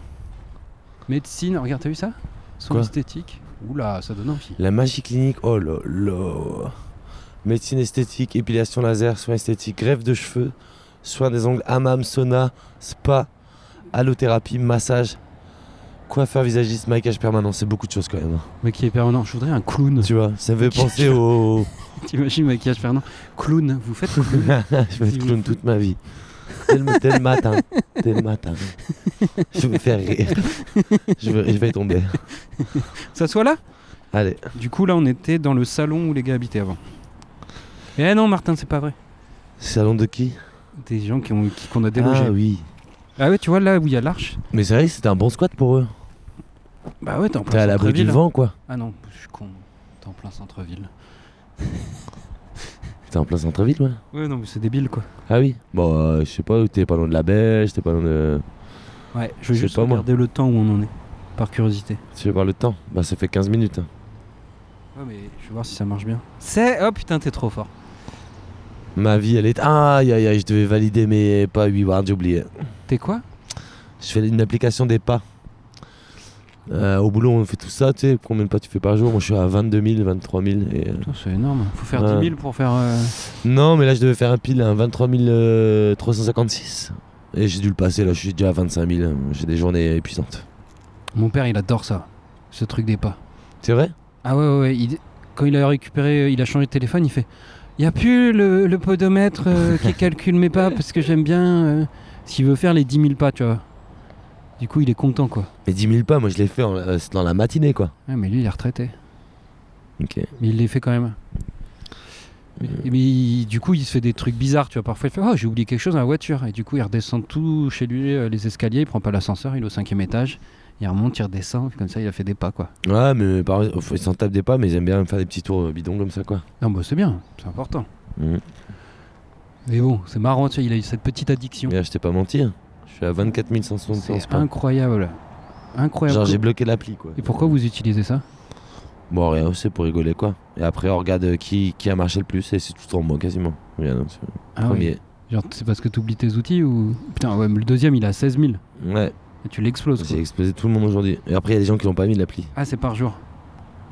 [SPEAKER 2] Médecine, regarde, t'as vu ça Son
[SPEAKER 1] Quoi
[SPEAKER 2] esthétique. Oula, ça donne envie.
[SPEAKER 1] La magie clinique, oh là là. Médecine esthétique, épilation laser, soins esthétiques, greffe de cheveux, soins des ongles, hammam, sauna, spa, allothérapie, massage, coiffeur, visagiste, maquillage permanent. C'est beaucoup de choses quand même.
[SPEAKER 2] Mais qui est permanent. Je voudrais un clown.
[SPEAKER 1] Tu vois, ça me fait
[SPEAKER 2] Ok.
[SPEAKER 1] penser au.
[SPEAKER 2] T'imagines le maquillage permanent Clown, vous faites clown
[SPEAKER 1] je vais être clown toute ma vie. Dès le, dès le matin, dès le matin. Je vais me faire rire. Je vais, je vais tomber.
[SPEAKER 2] Ça soit là
[SPEAKER 1] Allez,
[SPEAKER 2] Du coup, là, on était dans le salon où les gars habitaient avant. Eh non, Martin, c'est pas vrai.
[SPEAKER 1] salon de qui
[SPEAKER 2] Des gens qui ont- qui- qu'on a délogés.
[SPEAKER 1] Ah oui.
[SPEAKER 2] Ah ouais, tu vois là où il y a l'arche
[SPEAKER 1] Mais c'est vrai que c'était un bon squat pour eux.
[SPEAKER 2] Bah ouais, t'es en
[SPEAKER 1] T'es
[SPEAKER 2] plein
[SPEAKER 1] à l'abri du
[SPEAKER 2] centre-ville.
[SPEAKER 1] vent quoi.
[SPEAKER 2] Ah non, je suis con. T'es en plein centre-ville.
[SPEAKER 1] T'es en plein centre-ville, ouais.
[SPEAKER 2] Ouais, non, mais c'est débile quoi.
[SPEAKER 1] Ah oui Bon, euh, je sais pas, t'es pas loin de la Belge, t'es pas loin de.
[SPEAKER 2] Ouais, je veux
[SPEAKER 1] C'est
[SPEAKER 2] juste
[SPEAKER 1] pas moi.
[SPEAKER 2] regarder le temps où on en est, par curiosité.
[SPEAKER 1] Tu veux voir le temps Bah, ça fait 15 minutes. hein.
[SPEAKER 2] Ouais, mais je vais voir si ça marche bien. C'est. Oh putain, t'es trop fort.
[SPEAKER 1] Ma vie, elle est. Aïe aïe aïe, je devais valider mes pas 8 wards, j'ai oublié.
[SPEAKER 2] T'es quoi
[SPEAKER 1] Je fais une application des pas. Euh, au boulot, on fait tout ça, tu sais, combien de pas tu fais par jour Moi, je suis à 22 000, 23 000. Et... euh,
[SPEAKER 2] Putain, c'est énorme. Faut faire
[SPEAKER 1] Ouais.
[SPEAKER 2] 10 000 pour faire. euh,
[SPEAKER 1] Non, mais là, je devais faire un pile à un 23 000, euh, 356. Et j'ai dû le passer, là, je suis déjà à 25 000. J'ai des journées épuisantes.
[SPEAKER 2] Mon père, il adore ça. Ce truc des pas.
[SPEAKER 1] C'est vrai
[SPEAKER 2] Ah ouais, ouais, ouais. il- Quand il a récupéré, euh, il a changé de téléphone, il fait Il a plus le, le podomètre euh, qui calcule mes pas parce que j'aime bien. euh, S'il veut faire les 10 000 pas, tu vois. Du coup, il est content quoi.
[SPEAKER 1] Mais 10 000 pas, moi, je l'ai fait en- euh, c'est dans la matinée, quoi.
[SPEAKER 2] Ouais, mais lui, il est retraité.
[SPEAKER 1] Ok. Euh.
[SPEAKER 2] Mais il les fait quand même. Mais, mais il- du coup, il se fait des trucs bizarres, tu vois. Parfois, il fait Oh, j'ai oublié quelque chose dans la voiture. Et du coup, il redescend tout chez lui, euh, les escaliers, il prend pas l'ascenseur, il est au cinquième étage. Il remonte, il redescend, comme ça, il a fait des pas, quoi.
[SPEAKER 1] Ouais, mais par... faut- ils s'en tapent des pas, mais ils aiment bien me faire des petits tours euh, bidons comme ça, quoi.
[SPEAKER 2] Non, bah c'est bien, c'est important.
[SPEAKER 1] Mhm.
[SPEAKER 2] Mais bon, c'est marrant, tu sais, il a eu cette petite addiction.
[SPEAKER 1] Mais là, je t'ai pas menti. hein. Je suis à 24 175
[SPEAKER 2] C'est
[SPEAKER 1] pas.
[SPEAKER 2] incroyable. Incroyable.
[SPEAKER 1] Genre, j'ai bloqué l'appli, quoi.
[SPEAKER 2] Et pourquoi vous utilisez ça
[SPEAKER 1] Bon, rien, c'est pour rigoler, quoi. Et après, on regarde euh, qui, qui a marché le plus, et c'est tout en moi, quasiment. Rien, donc, c'est le
[SPEAKER 2] Ah oui.
[SPEAKER 1] premier.
[SPEAKER 2] Genre, c'est parce que t'oublies tes outils ou. Putain, ouais, mais le deuxième, il a 16 000.
[SPEAKER 1] Ouais,
[SPEAKER 2] Et tu l'exploses. quoi.
[SPEAKER 1] j'ai explosé tout le monde aujourd'hui. Et après, il y a des gens qui l'ont pas mis, l'appli.
[SPEAKER 2] Ah, c'est par jour.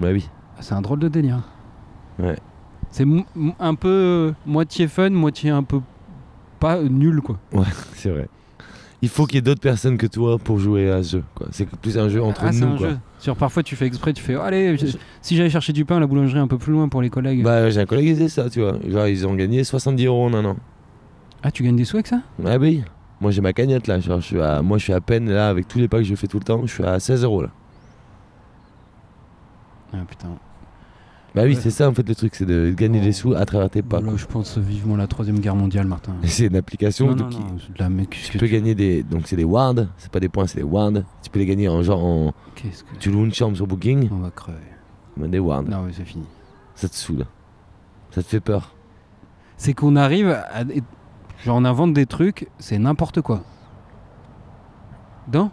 [SPEAKER 1] Bah oui.
[SPEAKER 2] Ah, C'est un drôle de délire.
[SPEAKER 1] Ouais.
[SPEAKER 2] C'est mo- mo- un peu euh, moitié fun, moitié un peu pas euh, nul quoi.
[SPEAKER 1] C'est vrai. Il faut qu'il y ait d'autres personnes que toi pour jouer à ce jeu, quoi. C'est plus un jeu entre
[SPEAKER 2] ah, c'est
[SPEAKER 1] nous,
[SPEAKER 2] un
[SPEAKER 1] quoi.
[SPEAKER 2] jeu. Sur parfois tu fais exprès, tu fais oh, allez, je- si j'allais chercher du pain à la boulangerie un peu plus loin pour les collègues.
[SPEAKER 1] Bah, j'ai un collègue qui faisait ça, tu vois. Genre, ils ont gagné 70 euros en un an.
[SPEAKER 2] Ah, tu gagnes des sous avec ça
[SPEAKER 1] Ah oui, moi j'ai ma cagnotte là, genre, je suis à, moi je suis à peine là avec tous les pas que je fais tout le temps, je suis à 16 euros là.
[SPEAKER 2] Ah putain.
[SPEAKER 1] Bah oui,
[SPEAKER 2] Ouais.
[SPEAKER 1] c'est ça en fait le truc, c'est de gagner
[SPEAKER 2] Oh.
[SPEAKER 1] des sous à travers tes pas.
[SPEAKER 2] Là,
[SPEAKER 1] quoi.
[SPEAKER 2] je pense vivement à la troisième guerre mondiale, Martin.
[SPEAKER 1] C'est une application
[SPEAKER 2] non,
[SPEAKER 1] de
[SPEAKER 2] non,
[SPEAKER 1] qui-
[SPEAKER 2] non, c'est de la mec. qu'est-ce
[SPEAKER 1] tu
[SPEAKER 2] que
[SPEAKER 1] peux gagner des, donc c'est des wards, c'est pas des points, c'est des wards. Tu peux les gagner en genre, en-
[SPEAKER 2] Qu'est-ce que
[SPEAKER 1] tu loues une chambre sur Booking,
[SPEAKER 2] On va crever.
[SPEAKER 1] mais des wards.
[SPEAKER 2] Non, mais c'est fini.
[SPEAKER 1] Ça te saoule, ça te fait peur.
[SPEAKER 2] C'est qu'on arrive à. des- Genre, on invente des trucs, c'est n'importe quoi. Non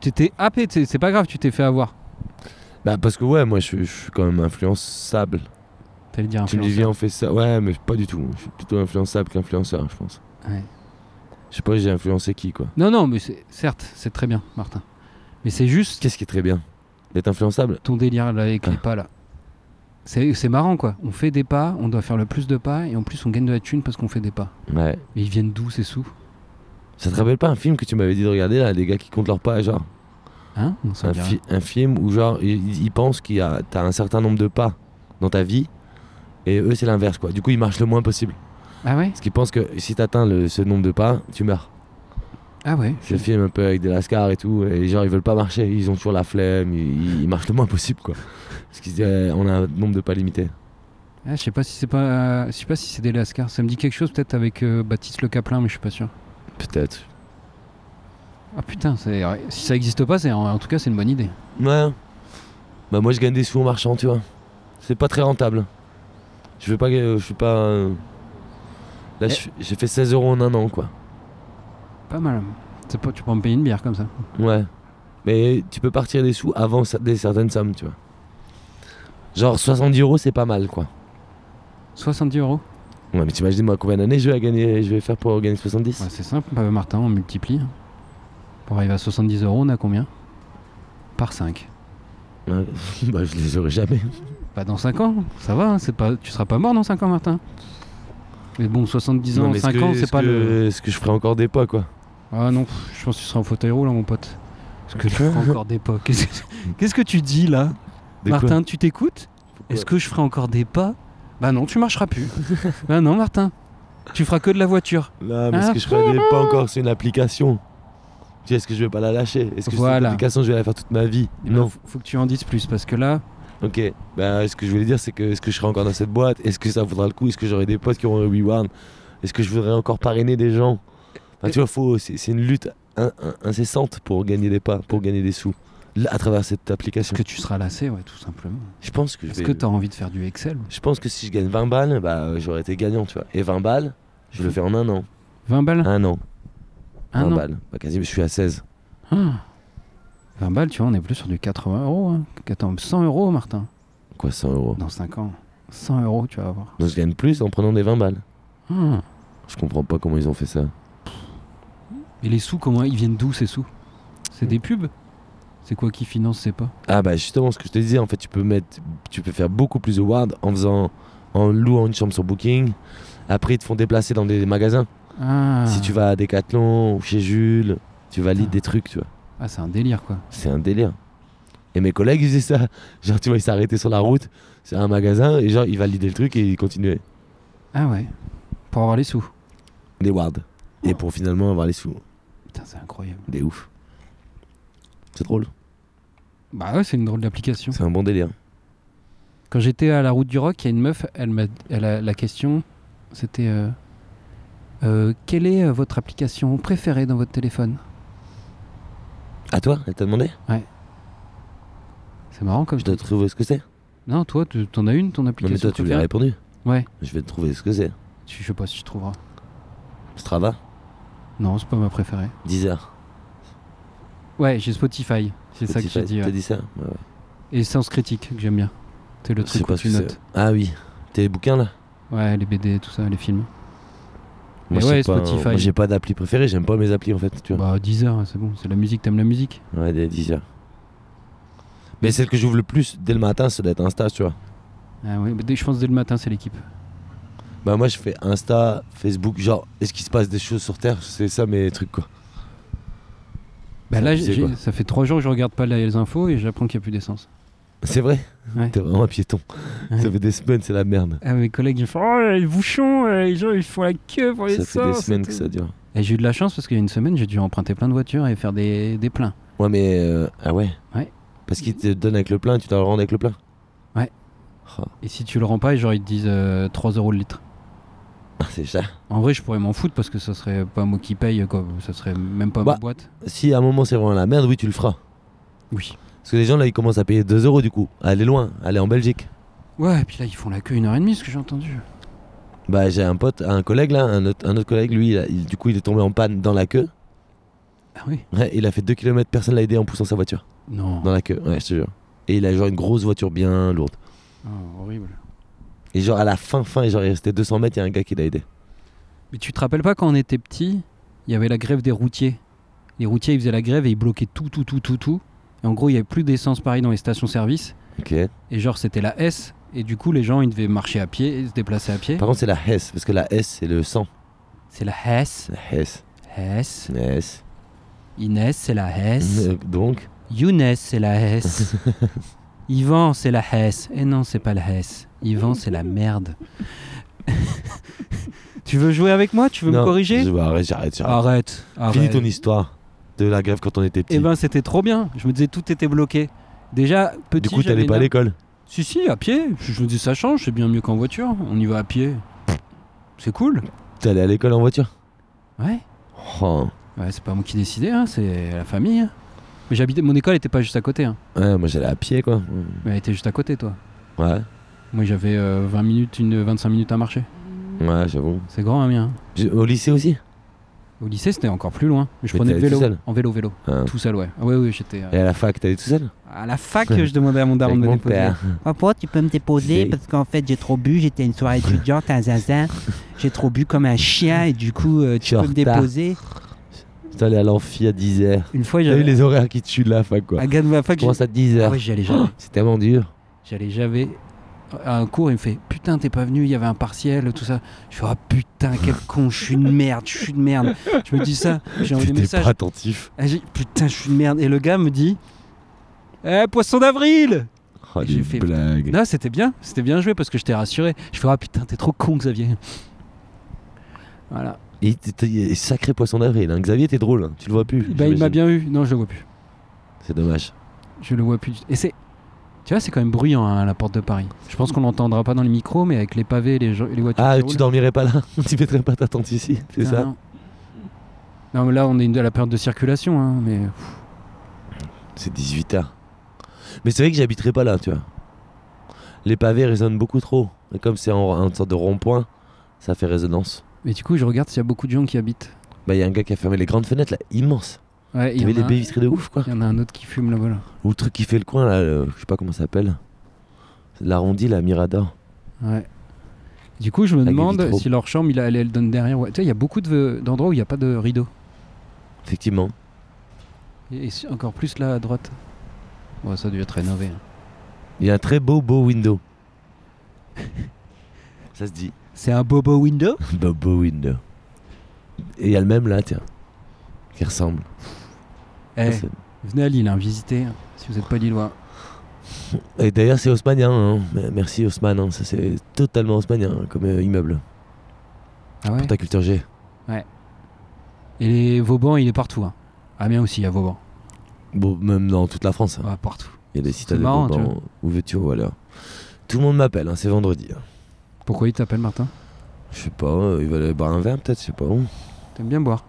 [SPEAKER 2] Tu t'es happé, t'sais, c'est pas grave, tu t'es fait avoir.
[SPEAKER 1] Bah parce que ouais, moi je, suis- je suis quand même influençable.
[SPEAKER 2] T'allais dire
[SPEAKER 1] Tu me dis
[SPEAKER 2] influenceur.
[SPEAKER 1] viens on fait ça, ouais mais pas du tout, je suis plutôt influençable qu'influenceur je pense.
[SPEAKER 2] Ouais.
[SPEAKER 1] Je sais pas j'ai influencé qui quoi.
[SPEAKER 2] Non, non, mais c'est- certes, c'est très bien, Martin. Mais c'est juste
[SPEAKER 1] Qu'est-ce qui est très bien D'être influençable
[SPEAKER 2] ton délire là, avec les
[SPEAKER 1] Ah.
[SPEAKER 2] pas là. C'est c'est marrant quoi. On fait des pas, on doit faire le plus de pas et en plus on gagne de la thune parce qu'on fait des pas.
[SPEAKER 1] Ouais.
[SPEAKER 2] Mais ils viennent d'où ces sous
[SPEAKER 1] Ça te rappelle pas un film que tu m'avais dit de regarder là, les gars qui comptent leurs pas, genre
[SPEAKER 2] Hein On s'en
[SPEAKER 1] un,
[SPEAKER 2] dira.
[SPEAKER 1] Bah, fi- un film où genre ils, ils pensent qu'il y a t'as un certain nombre de pas dans ta vie et eux c'est l'inverse quoi. Du coup ils marchent le moins possible
[SPEAKER 2] Ah ouais
[SPEAKER 1] parce qu'ils pensent que si t'atteins le- ce nombre de pas, tu meurs.
[SPEAKER 2] Ah ouais.
[SPEAKER 1] C'est le film un peu avec des lascars et tout et genre ils veulent pas marcher, ils ont toujours la flemme, ils, ils marchent le moins possible quoi. Parce qu'ils disent eh, on a un nombre de pas limité.
[SPEAKER 2] Ah, je sais pas si c'est pas, je sais pas si c'est des Lascars. Ça me dit quelque chose peut-être avec euh, Baptiste Le Caplin, mais je suis pas sûr.
[SPEAKER 1] Peut-être.
[SPEAKER 2] Ah putain, c'est- si ça existe pas, c'est en, en tout cas c'est une bonne idée.
[SPEAKER 1] Ouais. Bah moi je gagne des sous en marchant, tu vois. C'est pas très rentable. Je veux pas que- je suis pas euh, Là
[SPEAKER 2] Eh.
[SPEAKER 1] je- j'ai fait 16 euros en un an quoi.
[SPEAKER 2] Pas mal. C'est pas- tu peux me payer une bière comme ça.
[SPEAKER 1] Ouais. Mais tu peux partir des sous avant cer- des certaines sommes, tu vois. Genre 70 euros, c'est pas mal, quoi.
[SPEAKER 2] 70 euros.
[SPEAKER 1] Ouais, mais t'imagines, moi, combien d'années je vais, gagner, je vais faire pour gagner 70
[SPEAKER 2] Ouais, c'est simple, Papa Martin, on multiplie. Pour arriver à 70 euros, on a combien Par 5.
[SPEAKER 1] Ouais. Bah, je les aurai jamais.
[SPEAKER 2] Pas Bah, dans 5 ans, ça va, hein, c'est pas, tu seras pas mort dans 5 ans, Martin. Mais bon, 70
[SPEAKER 1] Non,
[SPEAKER 2] ans,
[SPEAKER 1] mais est-ce
[SPEAKER 2] 5
[SPEAKER 1] que-
[SPEAKER 2] ans, c'est
[SPEAKER 1] est-ce
[SPEAKER 2] pas
[SPEAKER 1] que-
[SPEAKER 2] le.
[SPEAKER 1] Est-ce que je ferai encore des pas, quoi
[SPEAKER 2] Ah non, pff, je pense que tu seras en fauteuil roulant, mon pote. Parce que tu
[SPEAKER 1] Quoi
[SPEAKER 2] feras encore des pas. Qu'est-ce que, qu'est-ce que tu dis là
[SPEAKER 1] Des quoi
[SPEAKER 2] Martin, tu t'écoutes Est-ce que je ferai encore des pas Bah non, tu marcheras plus. bah non, Martin, tu feras que de la voiture.
[SPEAKER 1] Non, mais est-ce
[SPEAKER 2] Ah.
[SPEAKER 1] que je ferai des pas encore C'est une application. Tu sais, est-ce que je vais pas la lâcher Est-ce que cette
[SPEAKER 2] Voilà.
[SPEAKER 1] application, je vais la faire toute ma vie
[SPEAKER 2] Eh ben,
[SPEAKER 1] Non.
[SPEAKER 2] Faut, faut que tu en dises plus parce que là,
[SPEAKER 1] Ok. Bah, ce que je voulais dire, c'est que est-ce que je serai encore dans cette boîte Est-ce que ça vaudra le coup Est-ce que j'aurai des potes qui auront un reward Est-ce que je voudrais encore parrainer des gens Enfin, tu vois, faut, c'est, c'est une lutte in- in- incessante pour gagner des pas, pour gagner des sous. Là, à travers cette application.
[SPEAKER 2] est-ce que tu seras lassé, ouais, tout simplement.
[SPEAKER 1] Je pense que je
[SPEAKER 2] Est-ce
[SPEAKER 1] vais-
[SPEAKER 2] que t'as envie de faire du Excel
[SPEAKER 1] Je pense que si je gagne 20 balles, bah, euh, j'aurais été gagnant, tu vois. Et 20 balles, je le fais en un an.
[SPEAKER 2] 20 balles
[SPEAKER 1] Un an.
[SPEAKER 2] 1
[SPEAKER 1] 20
[SPEAKER 2] Hein? an
[SPEAKER 1] balles. Bah, quasi, je suis à 16.
[SPEAKER 2] Ah. 20 balles, tu vois, on est plus sur du 80 euros. Hein. Attends, 100 euros, Martin,
[SPEAKER 1] Quoi, 100 euros
[SPEAKER 2] dans 5 ans. 100 euros, tu vas avoir.
[SPEAKER 1] Donc je gagne plus en prenant des 20 balles.
[SPEAKER 2] Ah.
[SPEAKER 1] Je comprends pas comment ils ont fait ça.
[SPEAKER 2] Et les sous, comment ils viennent d'où ces sous C'est des pubs C'est quoi qui finance, c'est pas
[SPEAKER 1] Ah bah justement, ce que je te disais, en fait, tu peux mettre, tu peux faire beaucoup plus de ward en faisant, en louant une chambre sur Booking. Après, ils te font déplacer dans des magasins.
[SPEAKER 2] Ah,
[SPEAKER 1] Si tu vas à Decathlon ou chez Jules, tu valides
[SPEAKER 2] Ah.
[SPEAKER 1] des trucs, tu vois.
[SPEAKER 2] ah c'est un délire quoi.
[SPEAKER 1] C'est un délire. Et mes collègues, ils faisaient ça. Genre, tu vois, ils s'arrêtaient sur la route, c'est un magasin, et genre, ils validaient le truc et ils continuaient.
[SPEAKER 2] Ah ouais, pour avoir les sous.
[SPEAKER 1] Des wards. Et pour finalement avoir les sous.
[SPEAKER 2] Putain, c'est incroyable.
[SPEAKER 1] Des ouf. C'est drôle.
[SPEAKER 2] Bah ouais, c'est une drôle d'application.
[SPEAKER 1] C'est un bon délire.
[SPEAKER 2] Quand j'étais à la route du rock, il y a une meuf, elle m'a, elle a, la question, c'était euh, euh, quelle est euh, votre application préférée dans votre téléphone
[SPEAKER 1] À toi, elle t'a demandé
[SPEAKER 2] C'est marrant comme
[SPEAKER 1] Je dois te trouver ce que c'est.
[SPEAKER 2] Non, toi, tu- t'en as une ton
[SPEAKER 1] Non, mais
[SPEAKER 2] application
[SPEAKER 1] toi, tu lui as
[SPEAKER 2] préférée
[SPEAKER 1] répondu.
[SPEAKER 2] Ouais,
[SPEAKER 1] Je vais te trouver ce que c'est.
[SPEAKER 2] tu- je sais pas si tu trouveras.
[SPEAKER 1] Strava,
[SPEAKER 2] Non, c'est pas ma préférée.
[SPEAKER 1] Deezer.
[SPEAKER 2] Ouais, j'ai Spotify, c'est ça que j'ai
[SPEAKER 1] Spotify.
[SPEAKER 2] dit. ouais.
[SPEAKER 1] T'as dit ça Ouais, ouais.
[SPEAKER 2] Et Sens Critique, que j'aime bien. C'est le
[SPEAKER 1] Je sais
[SPEAKER 2] truc
[SPEAKER 1] pas
[SPEAKER 2] où
[SPEAKER 1] ce que
[SPEAKER 2] tu
[SPEAKER 1] c'est.
[SPEAKER 2] notes.
[SPEAKER 1] Ah oui. T'es les bouquins là
[SPEAKER 2] Ouais, les BD, tout ça, les films.
[SPEAKER 1] Moi,
[SPEAKER 2] Mais
[SPEAKER 1] je sais
[SPEAKER 2] ouais,
[SPEAKER 1] pas, hein.
[SPEAKER 2] Spotify.
[SPEAKER 1] Moi, j'ai pas d'appli préférée, j'aime pas mes applis en fait. Tu vois.
[SPEAKER 2] Bah, 10 heures, c'est bon, c'est la musique, t'aimes la musique
[SPEAKER 1] Ouais, des Deezer. Mais celle que j'ouvre le plus dès le matin, ça doit être Insta, tu vois.
[SPEAKER 2] Ah ouais, bah, dès- je pense dès le matin, c'est l'équipe.
[SPEAKER 1] Bah, moi, je fais Insta, Facebook, genre, est-ce qu'il se passe des choses sur Terre C'est ça mes trucs quoi.
[SPEAKER 2] Bah
[SPEAKER 1] Ça
[SPEAKER 2] là,
[SPEAKER 1] disait
[SPEAKER 2] j'ai-
[SPEAKER 1] quoi
[SPEAKER 2] ça fait 3 jours que je regarde pas les infos et j'apprends qu'il n'y a plus d'essence.
[SPEAKER 1] C'est vrai
[SPEAKER 2] Ouais.
[SPEAKER 1] T'es vraiment un piéton. Ça
[SPEAKER 2] Ouais.
[SPEAKER 1] fait des semaines, c'est la merde.
[SPEAKER 2] Ah, mes collègues, ils font Oh, les bouchons, euh, les gens, ils font la queue pour
[SPEAKER 1] Ça fait des
[SPEAKER 2] sens,
[SPEAKER 1] semaines
[SPEAKER 2] et
[SPEAKER 1] que
[SPEAKER 2] tout.
[SPEAKER 1] ça dure.
[SPEAKER 2] Et j'ai eu de la chance parce qu'il y a une semaine, j'ai dû emprunter plein de voitures et faire des, des pleins.
[SPEAKER 1] Ouais, mais. euh, ah ouais
[SPEAKER 2] Ouais.
[SPEAKER 1] Parce qu'ils te donnent avec le plein, tu dois le rendre avec le plein
[SPEAKER 2] Ouais.
[SPEAKER 1] Oh,
[SPEAKER 2] Et si tu le rends pas, genre, ils te disent euh, 3 euros le litre.
[SPEAKER 1] c'est ça.
[SPEAKER 2] En vrai, je pourrais m'en foutre parce que ça serait pas moi qui paye, quoi. Ça serait même pas
[SPEAKER 1] Bah.
[SPEAKER 2] ma boîte.
[SPEAKER 1] Si à un moment c'est vraiment la merde, oui, tu le feras.
[SPEAKER 2] Oui.
[SPEAKER 1] Parce que les gens là, ils commencent à payer 2 euros du coup. Aller loin, aller en Belgique.
[SPEAKER 2] Ouais, et puis là, ils font la queue une heure et demie, ce que j'ai entendu.
[SPEAKER 1] Bah, j'ai un pote, un collègue là, un autre, un autre collègue, lui, il a- il- du coup, il est tombé en panne dans la queue.
[SPEAKER 2] Ah oui
[SPEAKER 1] Ouais, il a fait 2 km, personne l'a aidé en poussant sa voiture.
[SPEAKER 2] Non.
[SPEAKER 1] Dans la queue, ouais, je te jure. Et il a genre une grosse voiture bien lourde.
[SPEAKER 2] Oh, horrible.
[SPEAKER 1] Et genre à la fin, fin, et genre il restait 200 mètres, il y a un gars qui l'a aidé.
[SPEAKER 2] Mais tu te rappelles pas quand on était petit, il y avait la grève des routiers. Les routiers, ils faisaient la grève et ils bloquaient tout, tout, tout, tout, tout. Et en gros, il y avait plus d'essence pareil dans les stations-service.
[SPEAKER 1] Ok.
[SPEAKER 2] Et genre, c'était la S. Et du coup, les gens, ils devaient marcher à pied, et se déplacer à pied.
[SPEAKER 1] Par contre, c'est la Hesse, parce que la S, c'est le sang.
[SPEAKER 2] C'est la S.
[SPEAKER 1] La Hesse.
[SPEAKER 2] S.
[SPEAKER 1] S.
[SPEAKER 2] Inès, c'est la S.
[SPEAKER 1] Euh, Donc,
[SPEAKER 2] Younes, c'est la S. Yvan, c'est la S. Et non, c'est pas la S. Yvan, c'est la merde. tu veux jouer avec moi Tu veux
[SPEAKER 1] Non,
[SPEAKER 2] me corriger
[SPEAKER 1] je- bah, Arrête, j'arrête, j'arrête.
[SPEAKER 2] Arrête. arrête.
[SPEAKER 1] Finis ton histoire de la grève quand on était petit.
[SPEAKER 2] Eh ben c'était trop bien. Je me disais tout était bloqué. Déjà petit.
[SPEAKER 1] du coup,
[SPEAKER 2] j'avais
[SPEAKER 1] t'allais pas à
[SPEAKER 2] une-
[SPEAKER 1] l'école.
[SPEAKER 2] Si si à pied. Je, je me dis ça change, c'est bien mieux qu'en voiture. On y va à pied. C'est cool.
[SPEAKER 1] T'allais à l'école en voiture.
[SPEAKER 2] Ouais.
[SPEAKER 1] Oh.
[SPEAKER 2] Ouais c'est pas moi qui décidais, hein, c'est la famille. hein. Mais j'habitais, mon école était pas juste à côté. hein.
[SPEAKER 1] Ouais, moi j'allais à pied quoi.
[SPEAKER 2] Mais elle était juste à côté toi.
[SPEAKER 1] Ouais,
[SPEAKER 2] Moi j'avais euh, 20 minutes, une 25 minutes à marcher.
[SPEAKER 1] ouais, j'avoue.
[SPEAKER 2] C'est grand un mien.
[SPEAKER 1] J'ai- Au lycée aussi
[SPEAKER 2] Au lycée, c'était encore plus loin. Mais je
[SPEAKER 1] Mais
[SPEAKER 2] prenais le
[SPEAKER 1] t'allais tout
[SPEAKER 2] vélo.
[SPEAKER 1] seul
[SPEAKER 2] En vélo, vélo.
[SPEAKER 1] Hein.
[SPEAKER 2] Tout seul, ouais. Ah ouais, ouais, j'étais. euh,
[SPEAKER 1] Et à la fac, t'allais tout seul
[SPEAKER 2] À la fac, je demandais à mon daron de
[SPEAKER 1] Avec
[SPEAKER 2] me
[SPEAKER 1] mon
[SPEAKER 2] déposer.
[SPEAKER 1] père.
[SPEAKER 3] Papa, tu peux me déposer
[SPEAKER 1] J'ai-
[SPEAKER 3] parce qu'en fait, j'ai trop bu. J'étais une soirée étudiante à Zinzin. J'ai trop bu comme un chien et du coup, euh,
[SPEAKER 1] Je
[SPEAKER 3] tu
[SPEAKER 1] suis
[SPEAKER 3] peux
[SPEAKER 1] en
[SPEAKER 3] me
[SPEAKER 1] retard.
[SPEAKER 3] déposer.
[SPEAKER 1] Putain, allé à l'amphi à 10h.
[SPEAKER 2] Une fois,
[SPEAKER 1] T'as vu
[SPEAKER 2] j'avais.
[SPEAKER 1] les horaires qui te tuent de la fac, quoi.
[SPEAKER 2] Un gars de ma fac, j'ai-
[SPEAKER 1] Commence à
[SPEAKER 2] Ah
[SPEAKER 1] 10h.
[SPEAKER 2] ouais, j'y allais jamais.
[SPEAKER 1] C'est tellement dur.
[SPEAKER 2] J'allais jamais à un cours, il me fait Putain, t'es pas venu, il y avait un partiel, tout ça. Je fais Ah putain, quel con, je suis une merde, je suis une merde. Je me dis ça, j'ai envoyé
[SPEAKER 1] Tu
[SPEAKER 2] des
[SPEAKER 1] t'es
[SPEAKER 2] messages.
[SPEAKER 1] pas attentif.
[SPEAKER 2] Ah, j'ai- putain, je suis une merde. Et le gars me dit Eh, poisson d'avril
[SPEAKER 1] Oh,
[SPEAKER 2] Et j'ai
[SPEAKER 1] des
[SPEAKER 2] fait,
[SPEAKER 1] blagues.
[SPEAKER 2] Non, c'était bien, c'était bien joué parce que je t'ai rassuré. Je fais Ah putain, t'es trop con, Xavier. Voilà.
[SPEAKER 1] Et t'es- t'es- sacré poisson d'avril. hein. Xavier, t'es drôle. hein. Tu le vois plus.
[SPEAKER 2] Bah, il m'a
[SPEAKER 1] j'imagine.
[SPEAKER 2] bien eu. Non, je le vois plus.
[SPEAKER 1] C'est dommage.
[SPEAKER 2] Je le vois plus. Et c'est. Tu vois, c'est quand même bruyant hein, à la porte de Paris. Je pense qu'on l'entendra pas dans les micros, mais avec les pavés, les, gens- les voitures.
[SPEAKER 1] Ah,
[SPEAKER 2] qui
[SPEAKER 1] tu
[SPEAKER 2] roulent.
[SPEAKER 1] dormirais pas là Tu mettrais pas ta tente ici C'est
[SPEAKER 2] Ah,
[SPEAKER 1] ça
[SPEAKER 2] non. Non, mais là, on est une- à la période de circulation, hein, mais
[SPEAKER 1] C'est 18h. Mais c'est vrai que j'habiterai pas là, tu vois. Les pavés résonnent beaucoup trop. Et comme c'est en, en sorte de rond-point, ça fait résonance.
[SPEAKER 2] mais du coup, je regarde s'il y a beaucoup de gens qui habitent.
[SPEAKER 1] Bah, il y a un gars qui a fermé les grandes fenêtres là, immense.
[SPEAKER 2] Ouais,
[SPEAKER 1] Il
[SPEAKER 2] il
[SPEAKER 1] y
[SPEAKER 2] y,
[SPEAKER 1] avait les
[SPEAKER 2] en a
[SPEAKER 1] baies
[SPEAKER 2] un-
[SPEAKER 1] vitrées de ouf, quoi.
[SPEAKER 2] il y en a un autre qui fume là-bas. là.
[SPEAKER 1] Ou le truc qui fait le coin là, le- je sais pas comment ça s'appelle. C'est de l'arrondi, la Mirador.
[SPEAKER 2] Ouais. Du coup, je me
[SPEAKER 1] Avec les
[SPEAKER 2] demande
[SPEAKER 1] vitraux.
[SPEAKER 2] si leur chambre, il a- elle, elle donne derrière. ouais. Tu sais, il y a beaucoup de- d'endroits où il n'y a pas de rideau.
[SPEAKER 1] Effectivement.
[SPEAKER 2] Et, et si- encore plus là à droite. Ouais, ça a dû être rénové. hein.
[SPEAKER 1] Il y a un très beau, beau window. ça se dit.
[SPEAKER 2] C'est un bobo window
[SPEAKER 1] Beau, beau window. Et il y a le même là, tiens. Qui ressemble.
[SPEAKER 2] Eh,
[SPEAKER 1] Ça,
[SPEAKER 2] venez à Lille, hein, visitez, hein, si vous n'êtes pas lillois.
[SPEAKER 1] Et d'ailleurs, c'est haussmanien. hein. Mais- Merci Haussmann. hein. Ça, c'est totalement haussmanien hein, comme euh, immeuble.
[SPEAKER 2] Ah ouais
[SPEAKER 1] Pour ta culture G.
[SPEAKER 2] Et les Vauban, il est partout. Hein. Amiens aussi, il y a Vauban.
[SPEAKER 1] Bon, même dans toute la France. hein.
[SPEAKER 2] Ah, partout.
[SPEAKER 1] Il y a des
[SPEAKER 2] c'est
[SPEAKER 1] citadelles
[SPEAKER 2] marrant,
[SPEAKER 1] Vauban.
[SPEAKER 2] tu
[SPEAKER 1] Où veux-tu au valeur Tout le monde m'appelle. hein, C'est vendredi. hein.
[SPEAKER 2] Pourquoi il t'appelle Martin
[SPEAKER 1] Je sais pas. euh, Ils veulent aller boire un verre peut-être. Je sais pas où.
[SPEAKER 2] T'aimes bien boire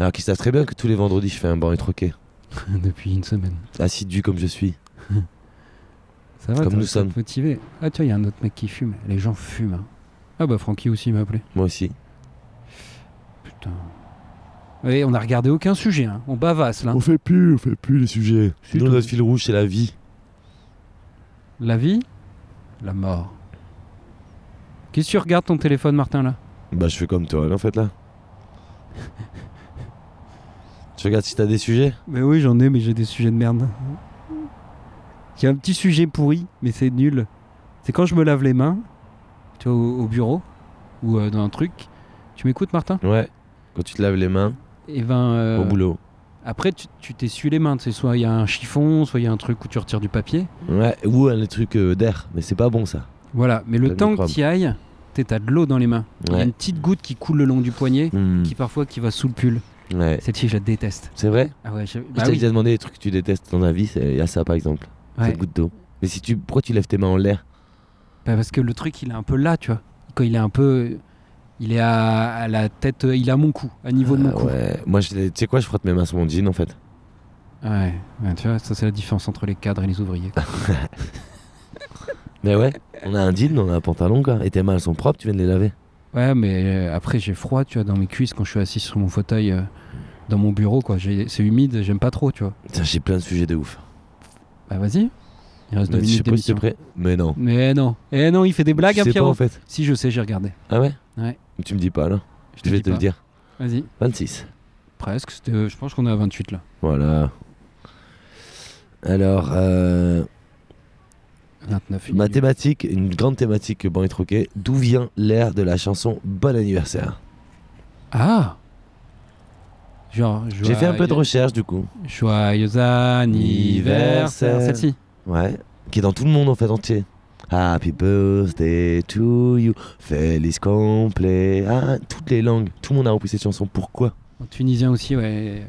[SPEAKER 1] Alors qu'ils savent très bien que tous les vendredis, je fais un banc troqué.
[SPEAKER 2] Depuis une semaine.
[SPEAKER 1] Assidu comme je suis.
[SPEAKER 2] Ça va,
[SPEAKER 1] Comme
[SPEAKER 2] t'as-
[SPEAKER 1] nous
[SPEAKER 2] t'as
[SPEAKER 1] sommes.
[SPEAKER 2] motivé. Ah tiens, il y a un autre mec qui fume. Les gens fument. hein. Ah bah Francky aussi m'a appelé.
[SPEAKER 1] Moi aussi.
[SPEAKER 2] Putain. Ouais, on a regardé aucun sujet. hein. On bavasse là.
[SPEAKER 1] fait plus, on fait plus les sujets.
[SPEAKER 2] Du
[SPEAKER 1] Nous,
[SPEAKER 2] tout.
[SPEAKER 1] notre fil rouge, c'est la vie.
[SPEAKER 2] La vie, la mort. Qu'est-ce que tu regardes ton téléphone, Martin là
[SPEAKER 1] Bah, je fais comme toi, là, en fait, là. Tu regardes si t'as des sujets
[SPEAKER 2] Mais Ben oui, j'en ai, mais j'ai des sujets de merde. Il y a un petit sujet pourri, mais c'est nul. C'est quand je me lave les mains, tu vois, au, au bureau ou euh, dans un truc. Tu m'écoutes, Martin
[SPEAKER 1] Ouais. Quand tu te laves les mains
[SPEAKER 2] Et ben. euh,
[SPEAKER 1] au boulot.
[SPEAKER 2] Après, tu tu t'essuies les mains, tu sais, soit il y a un chiffon, soit il y a un truc où tu retires du papier.
[SPEAKER 1] Ouais, ou un truc euh, d'air, mais c'est pas bon ça.
[SPEAKER 2] Voilà, mais
[SPEAKER 1] Plein
[SPEAKER 2] le
[SPEAKER 1] de
[SPEAKER 2] temps que
[SPEAKER 1] microbes.
[SPEAKER 2] tu ailles, t'es- t'as de l'eau dans les mains. Il y a
[SPEAKER 1] Ouais.
[SPEAKER 2] une petite goutte qui coule le long du poignet,
[SPEAKER 1] Hmm,
[SPEAKER 2] qui parfois qui va sous le pull.
[SPEAKER 1] ouais.
[SPEAKER 2] Cette fille, je la déteste.
[SPEAKER 1] C'est vrai
[SPEAKER 2] Ah ouais, je...
[SPEAKER 1] Je
[SPEAKER 2] bah
[SPEAKER 1] t'ai
[SPEAKER 2] oui.
[SPEAKER 1] déjà demandé des trucs que tu détestes dans la vie, il y a ça par exemple,
[SPEAKER 2] Ouais.
[SPEAKER 1] cette goutte d'eau. Mais si tu, pourquoi tu lèves tes mains en l'air
[SPEAKER 2] Bah, parce que le truc, il est un peu là, tu vois. Quand il est un peu, il est à, à la tête, euh, il est à mon cou, à niveau de mon
[SPEAKER 1] Ah
[SPEAKER 2] cou.
[SPEAKER 1] Ouais, moi je, tu sais quoi, je frotte mes mains sur mon jean en fait.
[SPEAKER 2] Ouais, ouais, tu vois, ça c'est la différence entre les cadres et les ouvriers. quoi.
[SPEAKER 1] Mais ouais, on a un jean, on a un pantalon quoi, et tes mains elles sont propres, tu viens de les laver.
[SPEAKER 2] ouais, mais euh, après j'ai froid, tu vois, dans mes cuisses quand je suis assis sur mon fauteuil, euh, dans mon bureau, quoi. J'ai- C'est humide, j'aime pas trop, tu vois.
[SPEAKER 1] Putain, j'ai plein de sujets de ouf.
[SPEAKER 2] Bah vas-y. Il reste deux
[SPEAKER 1] Mais je sais
[SPEAKER 2] minutes
[SPEAKER 1] pas si t'es
[SPEAKER 2] d'émission.
[SPEAKER 1] prêt. Mais non.
[SPEAKER 2] Mais non. Eh non, il fait des blagues,
[SPEAKER 1] Tu
[SPEAKER 2] hein,
[SPEAKER 1] sais pas
[SPEAKER 2] Pierrot.
[SPEAKER 1] en fait.
[SPEAKER 2] Si je sais, j'ai regardé.
[SPEAKER 1] Ah ouais
[SPEAKER 2] Ouais.
[SPEAKER 1] Tu me dis pas là Je vais
[SPEAKER 2] dis
[SPEAKER 1] te
[SPEAKER 2] pas.
[SPEAKER 1] le dire.
[SPEAKER 2] Vas-y.
[SPEAKER 1] 26.
[SPEAKER 2] Presque. c'était- euh, je pense qu'on est à 28 là.
[SPEAKER 1] Voilà. Alors, euh,
[SPEAKER 2] 29. il est
[SPEAKER 1] ma
[SPEAKER 2] minuit.
[SPEAKER 1] thématique, une grande thématique que Bon et Troquet, d'où vient l'air de la chanson Bon anniversaire
[SPEAKER 2] Ah. Genre.
[SPEAKER 1] J'ai fait un peu de
[SPEAKER 2] joyeux-
[SPEAKER 1] recherche du coup.
[SPEAKER 2] Joyeux anniversaire.
[SPEAKER 1] Anniversaire.
[SPEAKER 2] Celle-ci.
[SPEAKER 1] Ouais. Qui est dans tout le monde en fait entier. Happy birthday to you, feliz complet. Ah, toutes les langues, tout le monde a repris cette chanson. Pourquoi
[SPEAKER 2] En tunisien aussi, ouais.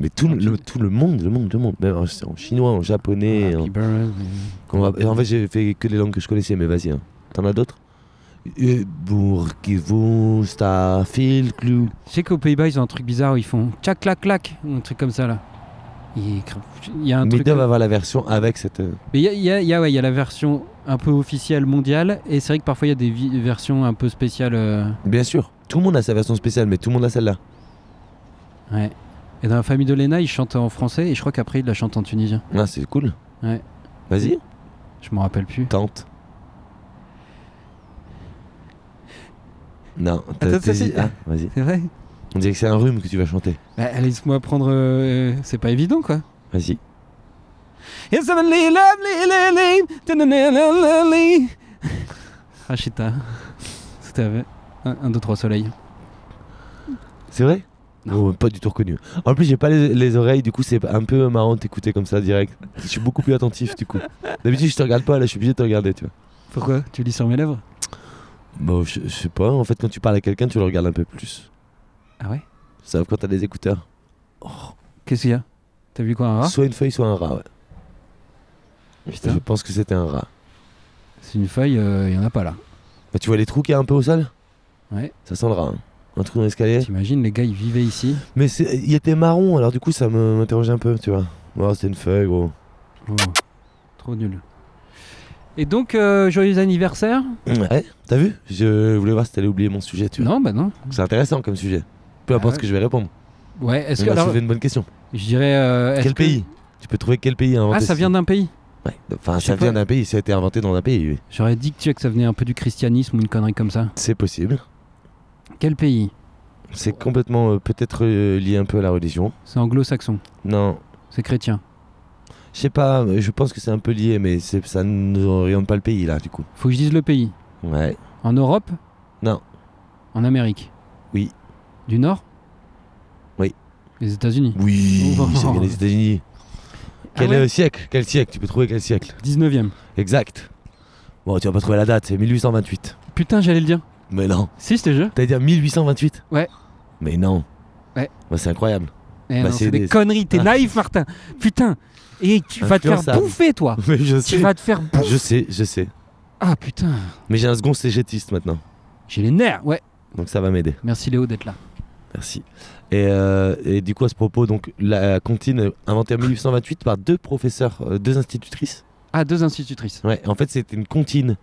[SPEAKER 1] Mais tout le, le- tout le monde, le monde, le monde. Même en, en chinois, en japonais. en-
[SPEAKER 2] Happy birthday.
[SPEAKER 1] On va- En fait, j'ai fait que les langues que je connaissais, mais vas-y. hein. T'en as d'autres Euh, Et Bourguivou, Stafil, Clou.
[SPEAKER 2] Je sais qu'aux Pays-Bas, ils ont un truc bizarre où ils font tchac, clac, clac. ou Un truc comme ça là. Il il y a un
[SPEAKER 1] Mais ils
[SPEAKER 2] truc.
[SPEAKER 1] doivent avoir la version avec cette. euh,
[SPEAKER 2] Mais il y a, il y a- il y a- ouais, il y a la version un peu officielle mondiale, et c'est vrai que parfois il y a des vi- versions un peu spéciales. euh,
[SPEAKER 1] Bien sûr. Tout le monde a sa version spéciale, mais tout le monde a celle-là.
[SPEAKER 2] Ouais. Et dans la famille de Lena, il chante en français et je crois qu'après il la chante en tunisien.
[SPEAKER 1] Ah, c'est cool.
[SPEAKER 2] Ouais.
[SPEAKER 1] Vas-y,
[SPEAKER 2] Je m'en rappelle plus.
[SPEAKER 1] tente. Non, t'as-
[SPEAKER 2] Attends, ça,
[SPEAKER 1] t'hési-
[SPEAKER 2] c'est-
[SPEAKER 1] ah, vas-y.
[SPEAKER 2] C'est vrai
[SPEAKER 1] On dirait que c'est un rhume que tu vas chanter.
[SPEAKER 2] Bah, laisse-moi prendre. euh, C'est pas évident quoi.
[SPEAKER 1] Vas-y.
[SPEAKER 2] Rachita. C'était avec un, un, deux, trois soleils.
[SPEAKER 1] C'est vrai
[SPEAKER 2] Non.
[SPEAKER 1] Non, Oh, pas du tout reconnu. En plus, j'ai pas les, les oreilles, du coup, c'est un peu marrant de t'écouter comme ça direct. Je suis beaucoup plus attentif, du coup. D'habitude, je te regarde pas, là, je suis obligé de te regarder, tu vois.
[SPEAKER 2] Pourquoi Tu lis sur mes lèvres
[SPEAKER 1] Bon, je, je sais pas, en fait, quand tu parles à quelqu'un, tu le regardes un peu plus.
[SPEAKER 2] Ah ouais
[SPEAKER 1] Sauf quand t'as des écouteurs.
[SPEAKER 2] Qu'est-ce qu'il y a T'as vu quoi un rat
[SPEAKER 1] soit une feuille, soit un rat, ouais.
[SPEAKER 2] Hein Putain.
[SPEAKER 1] Je pense que c'était un rat.
[SPEAKER 2] C'est une feuille, euh, il y en a pas là.
[SPEAKER 1] Bah, tu vois les trous qu'il y a un peu au sol
[SPEAKER 2] Ouais.
[SPEAKER 1] Ça sent le rat. hein. Un trou dans l'escalier.
[SPEAKER 2] T'imagines, les gars ils vivaient ici.
[SPEAKER 1] Mais c'est- il était marron, alors du coup, ça me- m'interrogeait un peu, tu vois. Oh, c'était une feuille, gros.
[SPEAKER 2] Oh, trop nul. Et donc, euh, joyeux anniversaire
[SPEAKER 1] Ouais, t'as vu Je voulais voir si t'allais oublier mon sujet, tu vois.
[SPEAKER 2] Non, bah non.
[SPEAKER 1] C'est intéressant comme sujet. Peu
[SPEAKER 2] Ah
[SPEAKER 1] importe
[SPEAKER 2] ouais.
[SPEAKER 1] ce que je vais répondre.
[SPEAKER 2] Ouais, est-ce
[SPEAKER 1] On
[SPEAKER 2] que.
[SPEAKER 1] a
[SPEAKER 2] alors,
[SPEAKER 1] soulevé une bonne question.
[SPEAKER 2] je dirais. euh, est-ce
[SPEAKER 1] Quel
[SPEAKER 2] que-
[SPEAKER 1] pays Tu peux trouver quel pays a inventé
[SPEAKER 2] Ah, ça
[SPEAKER 1] ce-
[SPEAKER 2] vient d'un pays
[SPEAKER 1] Ouais. Enfin,
[SPEAKER 2] Je
[SPEAKER 1] ça
[SPEAKER 2] sais pas.
[SPEAKER 1] vient d'un pays, ça a été inventé dans un pays, oui.
[SPEAKER 2] J'aurais dit que tu vois, que ça venait un peu du christianisme ou une connerie comme ça.
[SPEAKER 1] C'est possible.
[SPEAKER 2] Quel pays
[SPEAKER 1] C'est complètement euh, peut-être euh, lié un peu à la religion.
[SPEAKER 2] C'est anglo-saxon,
[SPEAKER 1] Non,
[SPEAKER 2] c'est chrétien.
[SPEAKER 1] je sais pas, euh, je pense que c'est un peu lié, mais c'est- ça ne oriente pas le pays, là, du coup.
[SPEAKER 2] Faut que je dise le pays.
[SPEAKER 1] Ouais.
[SPEAKER 2] En Europe
[SPEAKER 1] Non.
[SPEAKER 2] En Amérique
[SPEAKER 1] Oui.
[SPEAKER 2] Du Nord
[SPEAKER 1] Oui.
[SPEAKER 2] Les États-Unis
[SPEAKER 1] Oui,
[SPEAKER 2] Oh.
[SPEAKER 1] c'est bien les États-Unis. Quel
[SPEAKER 2] ouais
[SPEAKER 1] euh, siècle Quel siècle Tu peux trouver quel siècle
[SPEAKER 2] 19e.
[SPEAKER 1] Exact. Bon, tu vas pas trouver la date, c'est 1828.
[SPEAKER 2] Putain, j'allais le dire.
[SPEAKER 1] Mais non.
[SPEAKER 2] Si, c'était jeu.
[SPEAKER 1] T'as dit 1828
[SPEAKER 2] Ouais.
[SPEAKER 1] Mais non.
[SPEAKER 2] Ouais.
[SPEAKER 1] Bah, c'est incroyable. Bah,
[SPEAKER 2] Eh non,
[SPEAKER 1] c'est
[SPEAKER 2] c'est des...
[SPEAKER 1] des-
[SPEAKER 2] conneries, t'es
[SPEAKER 1] Ah.
[SPEAKER 2] naïf, Martin. Putain. Et tu vas te faire
[SPEAKER 1] Influençable.
[SPEAKER 2] bouffer, toi.
[SPEAKER 1] Mais je
[SPEAKER 2] tu
[SPEAKER 1] sais.
[SPEAKER 2] vas te faire bouffer.
[SPEAKER 1] Je sais, je sais.
[SPEAKER 2] Ah putain,
[SPEAKER 1] Mais j'ai un second cégétiste maintenant.
[SPEAKER 2] j'ai les nerfs. Ouais.
[SPEAKER 1] Donc ça va m'aider.
[SPEAKER 2] Merci Léo d'être là.
[SPEAKER 1] Merci. Et, euh, et du coup, à ce propos, donc, la comptine inventée en 1828 par deux professeurs, euh, deux institutrices.
[SPEAKER 2] Ah, deux institutrices.
[SPEAKER 1] Ouais, en fait, c'était une comptine.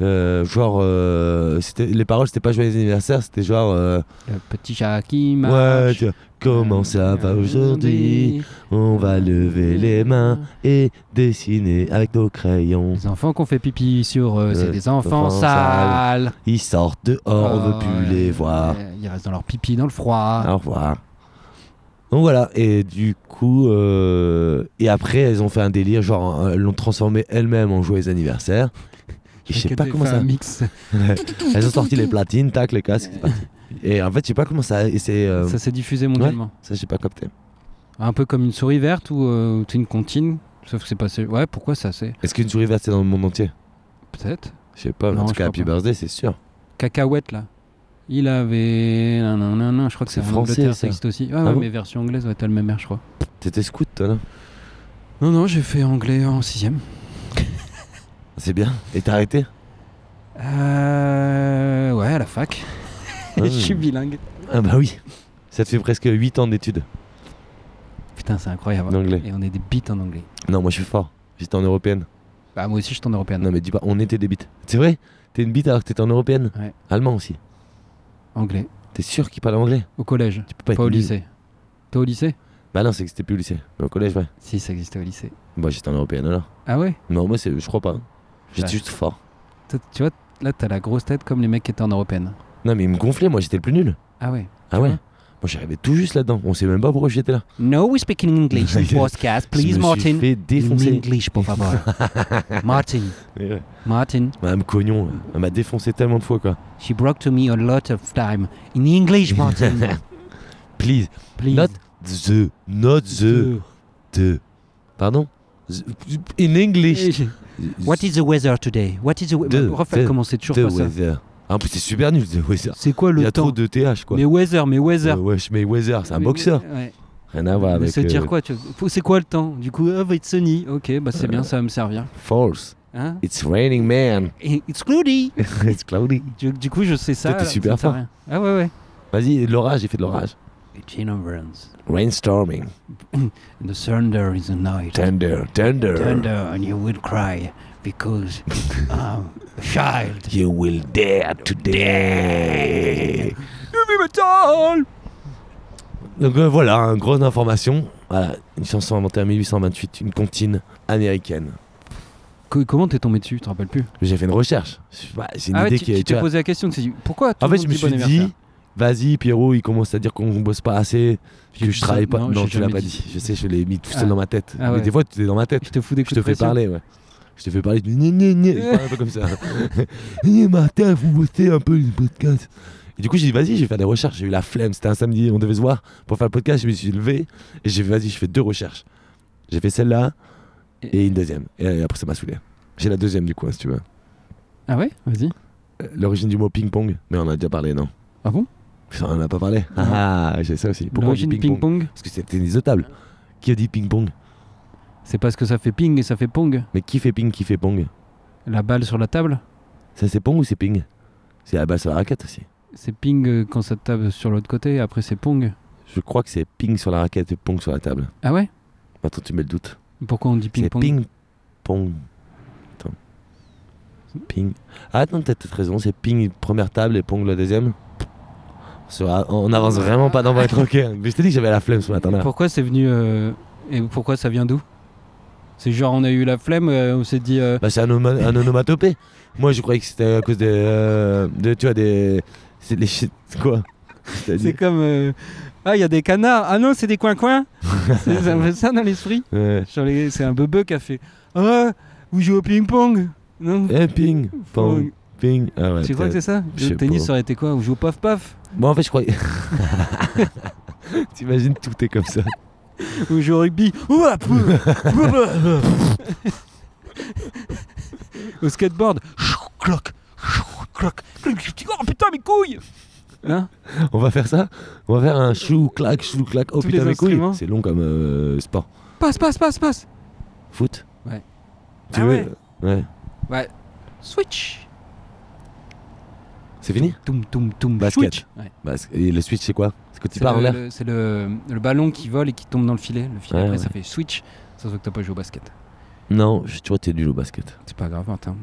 [SPEAKER 1] euh, genre, euh, c'était- les paroles, c'était pas joyeux anniversaire, c'était genre. euh,
[SPEAKER 2] Le petit chat qui
[SPEAKER 1] ouais,
[SPEAKER 2] marche.
[SPEAKER 1] tu vois, comment ça va aujourd'hui On va lever les mains et dessiner avec nos crayons.
[SPEAKER 2] Les enfants qu'on fait pipi sur, euh, c'est
[SPEAKER 1] Euh,
[SPEAKER 2] des enfants
[SPEAKER 1] enfants
[SPEAKER 2] sales.
[SPEAKER 1] sales. Ils sortent dehors, on veut plus
[SPEAKER 2] Oh,
[SPEAKER 1] les
[SPEAKER 2] ouais,
[SPEAKER 1] voir. Ah,
[SPEAKER 2] ouais, Ils restent dans leur pipi dans le froid.
[SPEAKER 1] Au revoir. Donc voilà, et du coup, euh, et après elles ont fait un délire, genre euh, elles l'ont transformé elles-mêmes en joyeux anniversaire. Et je sais pas comment ça.
[SPEAKER 2] Un mix.
[SPEAKER 1] Elles ont sorti les platines, tac, les casques, c'est parti. Et en fait, je sais pas comment ça. Et c'est. euh,
[SPEAKER 2] Ça s'est diffusé mondialement.
[SPEAKER 1] ça, j'ai pas capté.
[SPEAKER 2] Un peu comme une souris verte ou euh, ou une comptine. Sauf que c'est passé. Ouais, pourquoi ça c'est
[SPEAKER 1] Est-ce qu'une souris verte c'est dans le monde entier
[SPEAKER 2] Peut-être.
[SPEAKER 1] Je sais pas, mais
[SPEAKER 2] Non,
[SPEAKER 1] en tout
[SPEAKER 2] je
[SPEAKER 1] cas,
[SPEAKER 2] crois
[SPEAKER 1] Happy
[SPEAKER 2] pas.
[SPEAKER 1] Birthday, c'est sûr.
[SPEAKER 2] Cacahuète là. Il avait. Non, non, non, non, je crois que c'est
[SPEAKER 1] C'est
[SPEAKER 2] en
[SPEAKER 1] français,
[SPEAKER 2] Angleterre, ça.
[SPEAKER 1] ça.
[SPEAKER 2] existe aussi. Ah,
[SPEAKER 1] Ah
[SPEAKER 2] ouais,
[SPEAKER 1] bon
[SPEAKER 2] mais version anglaise, ouais, t'as le même air, je crois.
[SPEAKER 1] T'étais scout, toi, là
[SPEAKER 2] Non, non, j'ai fait anglais en 6
[SPEAKER 1] C'est bien. Et t'as arrêté
[SPEAKER 2] Euh. Ouais, à la fac. je
[SPEAKER 1] Ah.
[SPEAKER 2] suis bilingue.
[SPEAKER 1] Ah bah oui. Ça te fait presque 8 ans d'études
[SPEAKER 2] Putain, c'est incroyable.
[SPEAKER 1] d'anglais.
[SPEAKER 2] Et on est des bites en anglais.
[SPEAKER 1] Non, moi je suis fort. J'étais en européenne.
[SPEAKER 2] Bah, moi aussi, je suis en européenne.
[SPEAKER 1] Non mais dis pas, on était des bites. C'est vrai T'es une bite alors que t'étais en européenne
[SPEAKER 2] Ouais.
[SPEAKER 1] Allemand aussi.
[SPEAKER 2] Anglais.
[SPEAKER 1] T'es sûr qu'il parle anglais
[SPEAKER 2] Au collège.
[SPEAKER 1] Tu peux pas,
[SPEAKER 2] Pas
[SPEAKER 1] être
[SPEAKER 2] au
[SPEAKER 1] nul.
[SPEAKER 2] lycée. T'es au lycée
[SPEAKER 1] Bah non, c'est que c'était plus au lycée. Mais au collège, ouais.
[SPEAKER 2] Si, ça existait au lycée.
[SPEAKER 1] Bah j'étais en européenne alors.
[SPEAKER 2] Ah ouais
[SPEAKER 1] Non, moi c'est, je crois pas. hein. J'étais
[SPEAKER 2] Ouais.
[SPEAKER 1] juste fort.
[SPEAKER 2] Toi, Tu vois, là, t'as la grosse tête comme les mecs qui étaient en européenne.
[SPEAKER 1] Non mais il me gonflait, moi j'étais le plus nul.
[SPEAKER 2] Ah ouais
[SPEAKER 1] Ah ouais
[SPEAKER 2] vois
[SPEAKER 1] Moi j'arrivais tout juste là-dedans. On sait même pas pourquoi j'étais là.
[SPEAKER 3] No, we speak in English in podcast.
[SPEAKER 1] Je me
[SPEAKER 3] Please,
[SPEAKER 1] suis
[SPEAKER 3] Martin.
[SPEAKER 1] fait
[SPEAKER 3] In
[SPEAKER 1] défoncer.
[SPEAKER 3] English, por favor. Martin,
[SPEAKER 1] Ouais, ouais.
[SPEAKER 3] Martin,
[SPEAKER 1] Madame Cognon, elle m'a défoncé tellement de fois quoi.
[SPEAKER 3] she broke to me a lot of time. In English, Martin.
[SPEAKER 1] Please.
[SPEAKER 3] Please.
[SPEAKER 1] Not the. Not the. The. Pardon The- In English.
[SPEAKER 3] What is the weather today? What is the we-
[SPEAKER 1] The-
[SPEAKER 2] Raphaël,
[SPEAKER 1] the-
[SPEAKER 2] comment c'est toujours
[SPEAKER 1] The
[SPEAKER 2] pas ça
[SPEAKER 1] weather. Ah, en plus c'est super nul The weather.
[SPEAKER 2] C'est quoi
[SPEAKER 1] Il y
[SPEAKER 2] le
[SPEAKER 1] a
[SPEAKER 2] temps
[SPEAKER 1] trop de TH quoi.
[SPEAKER 2] Mais weather, mais weather.
[SPEAKER 1] Euh, wesh, mais Weather, c'est un
[SPEAKER 2] Mais-
[SPEAKER 1] boxeur.
[SPEAKER 2] ouais.
[SPEAKER 1] Rien à voir
[SPEAKER 2] Mais
[SPEAKER 1] avec.
[SPEAKER 2] se dire
[SPEAKER 1] euh,
[SPEAKER 2] quoi tu vois Faut- C'est quoi le temps Du coup, ah, va être sunny. Ok, bah
[SPEAKER 1] Euh.
[SPEAKER 2] c'est bien, ça va me servir.
[SPEAKER 1] False.
[SPEAKER 2] Hein
[SPEAKER 1] It's raining man.
[SPEAKER 3] Eh, It's cloudy.
[SPEAKER 1] It's cloudy.
[SPEAKER 2] du, du coup, je sais ça.
[SPEAKER 1] Toi, t'es
[SPEAKER 2] là,
[SPEAKER 1] super
[SPEAKER 2] ça sert à
[SPEAKER 1] fort.
[SPEAKER 2] rien. Ah ouais, ouais.
[SPEAKER 1] Vas-y, l'orage, j'ai fait de l'orage.
[SPEAKER 3] Gene Burns.
[SPEAKER 1] Rainstorming.
[SPEAKER 3] The thunder is the night.
[SPEAKER 1] Thunder, thunder.
[SPEAKER 3] Thunder, and you will cry because I'm a child.
[SPEAKER 1] You will dare today.
[SPEAKER 2] Heavy metal
[SPEAKER 1] Donc euh, voilà, hein, grosse information. Voilà, une chanson inventée en 1828, une comptine américaine.
[SPEAKER 2] Co- comment t'es tombé dessus Je te rappelle plus.
[SPEAKER 1] J'ai fait une recherche. Je sais pas, C'est une
[SPEAKER 2] ah ouais,
[SPEAKER 1] idée
[SPEAKER 2] tu,
[SPEAKER 1] qui
[SPEAKER 2] tu
[SPEAKER 1] est. tu
[SPEAKER 2] t'es
[SPEAKER 1] vois.
[SPEAKER 2] posé la question. Tu t'es dit, pourquoi tout
[SPEAKER 1] En
[SPEAKER 2] le
[SPEAKER 1] fait, je
[SPEAKER 2] monde
[SPEAKER 1] me
[SPEAKER 2] dit bon
[SPEAKER 1] suis
[SPEAKER 2] anniversaire
[SPEAKER 1] dit, vas-y, Pierrot, il commence à dire qu'on bosse pas assez,
[SPEAKER 2] J'ai
[SPEAKER 1] que
[SPEAKER 2] dit
[SPEAKER 1] je travaille
[SPEAKER 2] ça-
[SPEAKER 1] pas.
[SPEAKER 2] non,
[SPEAKER 1] Non,
[SPEAKER 2] j'ai
[SPEAKER 1] tu l'as
[SPEAKER 2] jamais
[SPEAKER 1] pas
[SPEAKER 2] dit
[SPEAKER 1] dit.
[SPEAKER 2] ça.
[SPEAKER 1] Je sais, je l'ai mis tout seul
[SPEAKER 2] Ah.
[SPEAKER 1] dans ma tête.
[SPEAKER 2] Ah ouais.
[SPEAKER 1] Mais des fois, tu es dans ma tête.
[SPEAKER 2] Je te fous des
[SPEAKER 1] Je
[SPEAKER 2] coups
[SPEAKER 1] te
[SPEAKER 2] de
[SPEAKER 1] fais
[SPEAKER 2] pression.
[SPEAKER 1] parler, ouais. Je te fais parler, tu dis, gna, gna, gna. Je parle un peu comme ça. Gna, Martin, vous bossez un peu le podcast. Et du coup, j'ai dit, vas-y, je vais faire des recherches. J'ai eu la flemme. C'était un samedi, on devait se voir pour faire le podcast. Je me suis levé et j'ai fait, vas-y, je fais deux recherches. J'ai fait celle-là et une deuxième. Et après, ça m'a saoulé. J'ai la deuxième, du coup, hein, si tu veux.
[SPEAKER 2] Ah ouais Vas-y.
[SPEAKER 1] Euh, L'origine du mot ping-pong. Mais on en a déjà parlé, non
[SPEAKER 2] Ah bon
[SPEAKER 1] Putain, On en a pas parlé. Ah, ah, j'ai ça aussi. Pourquoi on dit
[SPEAKER 2] L'origine
[SPEAKER 1] ping-pong
[SPEAKER 2] ping-pong,
[SPEAKER 1] Parce que c'est tennis de table. Qui a dit ping-pong
[SPEAKER 2] c'est parce que ça fait ping et ça fait pong.
[SPEAKER 1] Mais qui fait ping, qui fait pong
[SPEAKER 2] La balle sur la table,
[SPEAKER 1] Ça, c'est pong ou c'est ping C'est la balle sur la raquette aussi.
[SPEAKER 2] c'est ping euh, quand ça tape sur l'autre côté, après c'est pong.
[SPEAKER 1] Je crois que c'est ping sur la raquette et pong sur la table.
[SPEAKER 2] Ah ouais
[SPEAKER 1] Attends, tu mets le doute.
[SPEAKER 2] Pourquoi on dit
[SPEAKER 1] C'est
[SPEAKER 2] ping-pong
[SPEAKER 1] ping pong. Attends. Ping. Ah, attends, t'as peut-être raison. C'est ping première table et pong la deuxième. Sur- on avance vraiment pas dans votre ok. Mais je t'ai dit que j'avais la flemme ce matin-là.
[SPEAKER 2] Pourquoi c'est venu euh, et pourquoi ça vient d'où C'est genre on a eu la flemme, euh, on s'est dit euh,
[SPEAKER 1] Bah, c'est un, oma- un onomatopée. Moi, je croyais que c'était à cause des. euh, de, tu vois, des. C'est les shit. Quoi
[SPEAKER 2] c'est
[SPEAKER 1] C'est-à-dire-
[SPEAKER 2] comme euh, ah il y a des canards, ah non c'est des coins-coins. C'est- ça me fait ça dans l'esprit.
[SPEAKER 1] Ouais.
[SPEAKER 2] Sur les- C'est un bebeu qui a fait ah vous jouez au ping-pong Non.
[SPEAKER 1] Eh, ping, pong,
[SPEAKER 2] Pong.
[SPEAKER 1] ping. Ah ouais,
[SPEAKER 2] Tu crois que
[SPEAKER 1] peut-être.
[SPEAKER 2] c'est ça
[SPEAKER 1] Je
[SPEAKER 2] Le
[SPEAKER 1] sais
[SPEAKER 2] tennis
[SPEAKER 1] pas.
[SPEAKER 2] ça aurait été quoi On joue au paf paf
[SPEAKER 1] Moi, en fait, je croyais. T'imagines, tout est comme ça.
[SPEAKER 2] Ou joue au rugby. ah, Ouah, pou- pou- pou- au skateboard. Chou, Cloc, chou, cloc. Oh putain mes couilles Hein
[SPEAKER 1] On va faire ça On va faire un chou, clac, chou, clac. Oh
[SPEAKER 2] Tous
[SPEAKER 1] putain,
[SPEAKER 2] les
[SPEAKER 1] mes couilles.
[SPEAKER 2] instruments.
[SPEAKER 1] C'est long comme euh, sport.
[SPEAKER 2] Passe, passe, passe, passe
[SPEAKER 1] Foot
[SPEAKER 2] Ouais.
[SPEAKER 1] Tu
[SPEAKER 2] Ah
[SPEAKER 1] veux
[SPEAKER 2] ouais.
[SPEAKER 1] Ouais.
[SPEAKER 2] Switch
[SPEAKER 1] C'est fini
[SPEAKER 2] Toum, toum, toum,
[SPEAKER 1] Basket.
[SPEAKER 2] switch Ouais.
[SPEAKER 1] Bah, c'est- et le switch, c'est quoi C'est que tu
[SPEAKER 2] C'est
[SPEAKER 1] pars en
[SPEAKER 2] le,
[SPEAKER 1] l'air
[SPEAKER 2] le- c'est le, le ballon qui vole et qui tombe dans le filet. Le filet
[SPEAKER 1] Ouais,
[SPEAKER 2] après
[SPEAKER 1] ouais.
[SPEAKER 2] ça fait switch. Ça se voit que t'as pas joué au basket.
[SPEAKER 1] Non, je- tu vois, t'es nul au basket.
[SPEAKER 2] C'est pas grave, Martin.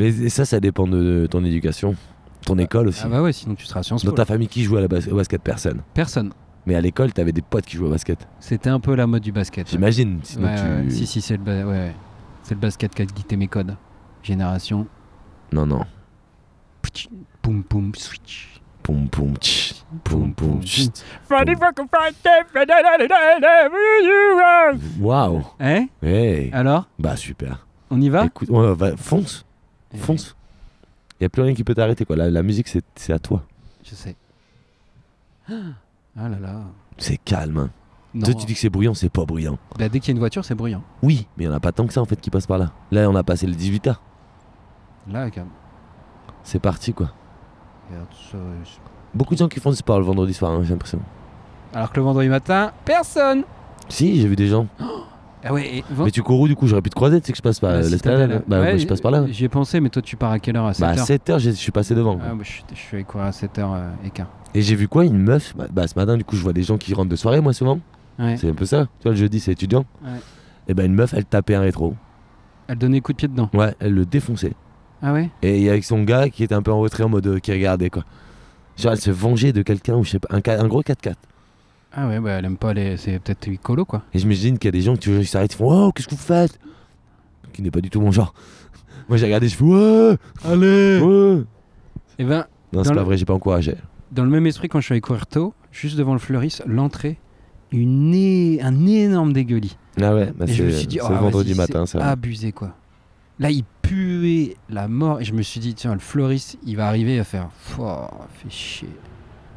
[SPEAKER 1] Mais et ça, ça dépend de, de ton éducation, ton école aussi.
[SPEAKER 2] Ah bah ouais, sinon tu seras à Sciences
[SPEAKER 1] Dans
[SPEAKER 2] Po,
[SPEAKER 1] ta famille, qui jouait à la bas- au basket Personne.
[SPEAKER 2] là. Personne.
[SPEAKER 1] Mais à l'école, t'avais des potes qui jouaient au basket.
[SPEAKER 2] C'était un peu la mode du basket. ouais.
[SPEAKER 1] J'imagine. Sinon,
[SPEAKER 2] Ouais,
[SPEAKER 1] tu.
[SPEAKER 2] ouais, Si, si, c'est le, ba- ouais, ouais. C'est le basket qui a dicté mes codes. Génération.
[SPEAKER 1] Non, non.
[SPEAKER 2] Ptch, Poum, poum, switch.
[SPEAKER 1] Poum, poum, tch, poum, poum, tch.
[SPEAKER 2] Friday,
[SPEAKER 1] Poum.
[SPEAKER 2] fucking Friday, Friday, Friday, Friday, you are-
[SPEAKER 1] Waouh
[SPEAKER 2] Hein
[SPEAKER 1] Hey
[SPEAKER 2] Alors
[SPEAKER 1] Bah, super.
[SPEAKER 2] On y va
[SPEAKER 1] Écoute, ouais, va- fonce
[SPEAKER 2] Eh
[SPEAKER 1] Fonce. Il a plus rien qui peut t'arrêter quoi. La, la musique c'est c'est à toi.
[SPEAKER 2] Je sais. Ah là là.
[SPEAKER 1] C'est calme. hein.
[SPEAKER 2] Non.
[SPEAKER 1] Toi tu dis que c'est bruyant, c'est pas bruyant.
[SPEAKER 2] Bah, dès qu'il y a une voiture, c'est bruyant.
[SPEAKER 1] Oui, mais il y en a pas tant que ça en fait qui passe par là. Là on a passé le 18 h
[SPEAKER 2] Là, regarde.
[SPEAKER 1] C'est parti quoi.
[SPEAKER 2] Regarde ça, je-
[SPEAKER 1] Beaucoup de gens qui font du sport le vendredi soir, hein, j'ai l'impression.
[SPEAKER 2] Alors que le vendredi matin, personne
[SPEAKER 1] Si, j'ai vu des gens.
[SPEAKER 2] Ah ouais, et
[SPEAKER 1] Mais tu courus du coup, j'aurais pu te croiser, tu sais que je passe par
[SPEAKER 2] Ah, si
[SPEAKER 1] l'esplanade,
[SPEAKER 2] t'avais
[SPEAKER 1] là.
[SPEAKER 2] la-
[SPEAKER 1] Bah,
[SPEAKER 2] Ouais,
[SPEAKER 1] moi, je passe par là. ouais.
[SPEAKER 2] J'y ai pensé, mais toi, tu pars à quelle heure À 7h
[SPEAKER 1] Bah à 7h, je suis passé devant. quoi.
[SPEAKER 2] Ah, bah, je, suis- je suis allé courir à euh, 7h15.
[SPEAKER 1] Et j'ai vu quoi Une meuf bah, bah, ce matin du coup, je vois des gens qui rentrent de soirée moi souvent.
[SPEAKER 2] Ouais.
[SPEAKER 1] C'est un peu ça. Tu vois le jeudi, c'est étudiant.
[SPEAKER 2] Ouais.
[SPEAKER 1] Et bah une meuf, elle tapait un rétro.
[SPEAKER 2] Elle donnait coup de pied dedans.
[SPEAKER 1] Ouais, elle le défonçait.
[SPEAKER 2] Ah ouais
[SPEAKER 1] Et il y a avec son gars qui était un peu en retrait en mode euh, qui regardait quoi. Genre elle se vengeait de quelqu'un ou je sais pas, un, ca- un gros 4x4.
[SPEAKER 2] Ah ouais, bah elle aime pas les. C'est peut-être écolo quoi.
[SPEAKER 1] Et je m'imagine qu'il y a des gens qui qui s'arrêtent, ils font Oh, qu'est-ce que vous faites Qui n'est pas du tout mon genre. Moi j'ai regardé, je fais Ouais,
[SPEAKER 2] Allez
[SPEAKER 1] ouais.
[SPEAKER 2] Et ben,
[SPEAKER 1] Non, c'est
[SPEAKER 2] Dans
[SPEAKER 1] pas
[SPEAKER 2] le-
[SPEAKER 1] vrai, j'ai pas encouragé.
[SPEAKER 2] dans le même esprit, quand je suis allé courir tôt, juste devant le fleuriste, l'entrée, une é- un énorme dégueulis.
[SPEAKER 1] Ah ouais, bah,
[SPEAKER 2] et je me
[SPEAKER 1] c'est
[SPEAKER 2] suis dit,
[SPEAKER 1] c'est
[SPEAKER 2] oh,
[SPEAKER 1] vendredi
[SPEAKER 2] vas-y,
[SPEAKER 1] matin
[SPEAKER 2] c'est
[SPEAKER 1] ça.
[SPEAKER 2] Abusé quoi. Là, il puait la mort. Et je me suis dit, tiens, le fleuriste, il va arriver à faire. Oh, fait chier.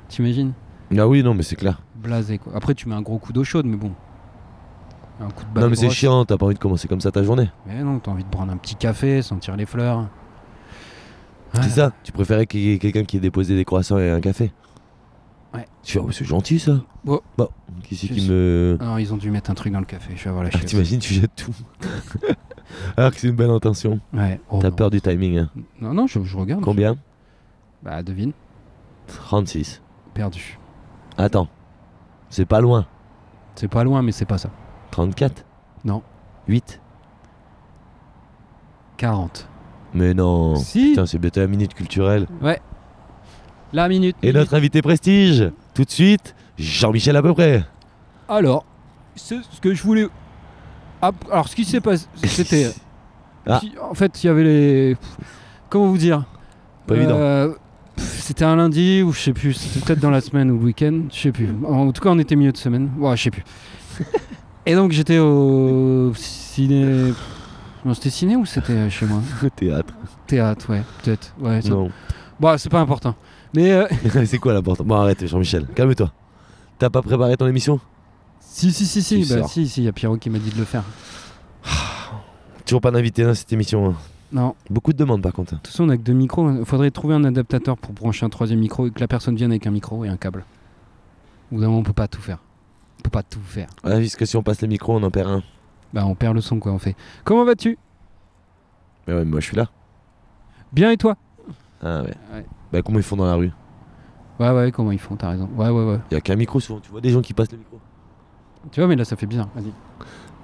[SPEAKER 2] T'imagines
[SPEAKER 1] Ah oui, non, mais c'est clair.
[SPEAKER 2] Blasé quoi. Après, tu mets un gros coup d'eau chaude, mais bon. Un coup de balle
[SPEAKER 1] non, mais c'est
[SPEAKER 2] brosse.
[SPEAKER 1] chiant, t'as pas envie de commencer comme ça ta journée.
[SPEAKER 2] Mais non, t'as envie de prendre un petit café, sentir les fleurs. Ah,
[SPEAKER 1] C'est ça, tu préférais qu'il y ait quelqu'un qui ait déposé des croissants et un café.
[SPEAKER 2] Ouais.
[SPEAKER 1] Tu fais, oh, c'est gentil ça.
[SPEAKER 2] Ouais.
[SPEAKER 1] Bon, qui c'est
[SPEAKER 2] Je
[SPEAKER 1] qui
[SPEAKER 2] sais.
[SPEAKER 1] me.
[SPEAKER 2] Non, ils ont dû mettre un truc dans le café. Je vais avoir la
[SPEAKER 1] Ah,
[SPEAKER 2] chiasse.
[SPEAKER 1] T'imagines, tu jettes tout. Alors que c'est une belle intention.
[SPEAKER 2] Ouais. Oh,
[SPEAKER 1] T'as
[SPEAKER 2] non.
[SPEAKER 1] peur du timing. hein.
[SPEAKER 2] Non, non, je, je regarde.
[SPEAKER 1] Combien
[SPEAKER 2] Bah, devine.
[SPEAKER 1] 36.
[SPEAKER 2] Perdu.
[SPEAKER 1] Attends. C'est pas loin.
[SPEAKER 2] C'est pas loin, mais c'est pas ça.
[SPEAKER 1] 34
[SPEAKER 2] Non.
[SPEAKER 1] 8
[SPEAKER 2] 40.
[SPEAKER 1] Mais non.
[SPEAKER 2] Si.
[SPEAKER 1] Putain, c'est bête à la minute culturelle.
[SPEAKER 2] La minute.
[SPEAKER 1] Et notre invité prestige, tout de suite, Jean-Michel à peu près.
[SPEAKER 2] Alors, c'est ce que je voulais. Ah, Alors, ce qui s'est passé, c'était. euh,
[SPEAKER 1] Ah.
[SPEAKER 2] Si- En fait, il y avait les. pff, Comment vous dire
[SPEAKER 1] Pas évident.
[SPEAKER 2] Euh, pff, C'était un lundi ou je sais plus, c'était peut-être dans la semaine ou le week-end, je sais plus. En, en tout cas, on était milieu de semaine. Ouais, je sais plus. Et donc, j'étais au ciné. Non, c'était ciné ou c'était chez moi
[SPEAKER 1] Le théâtre.
[SPEAKER 2] Théâtre, ouais, peut-être. Ouais, ça-
[SPEAKER 1] Non.
[SPEAKER 2] Bon, c'est pas important. Mais euh,
[SPEAKER 1] c'est quoi l'important Bon, arrête, Jean-Michel. Calme-toi. T'as pas préparé ton émission
[SPEAKER 2] si, si, si, si,
[SPEAKER 1] Tu
[SPEAKER 2] bah,
[SPEAKER 1] sors.
[SPEAKER 2] si, si, il y a Pierrot qui m'a dit de le faire.
[SPEAKER 1] Toujours pas d'invité dans cette émission. hein.
[SPEAKER 2] Non,
[SPEAKER 1] Beaucoup de demandes par contre.
[SPEAKER 2] de toute façon, on a que deux micros. Il faudrait trouver un adaptateur pour brancher un troisième micro et que la personne vienne avec un micro et un câble. Au bout d'un moment, on peut pas tout faire. On peut pas tout faire.
[SPEAKER 1] Ouais, puisque Ah, si on passe les micros, on en perd un.
[SPEAKER 2] Bah, on perd le son, quoi. On fait. Comment vas-tu
[SPEAKER 1] Mais ouais, mais moi je suis là.
[SPEAKER 2] Bien et toi
[SPEAKER 1] Ah ouais.
[SPEAKER 2] Ouais.
[SPEAKER 1] Bah, comment ils font dans la rue
[SPEAKER 2] Ouais, ouais, comment ils font T'as raison. Ouais, ouais, ouais.
[SPEAKER 1] Il y a qu'un micro souvent. Tu vois des gens qui passent le micro.
[SPEAKER 2] Tu vois, mais là, ça fait bizarre. Vas-y.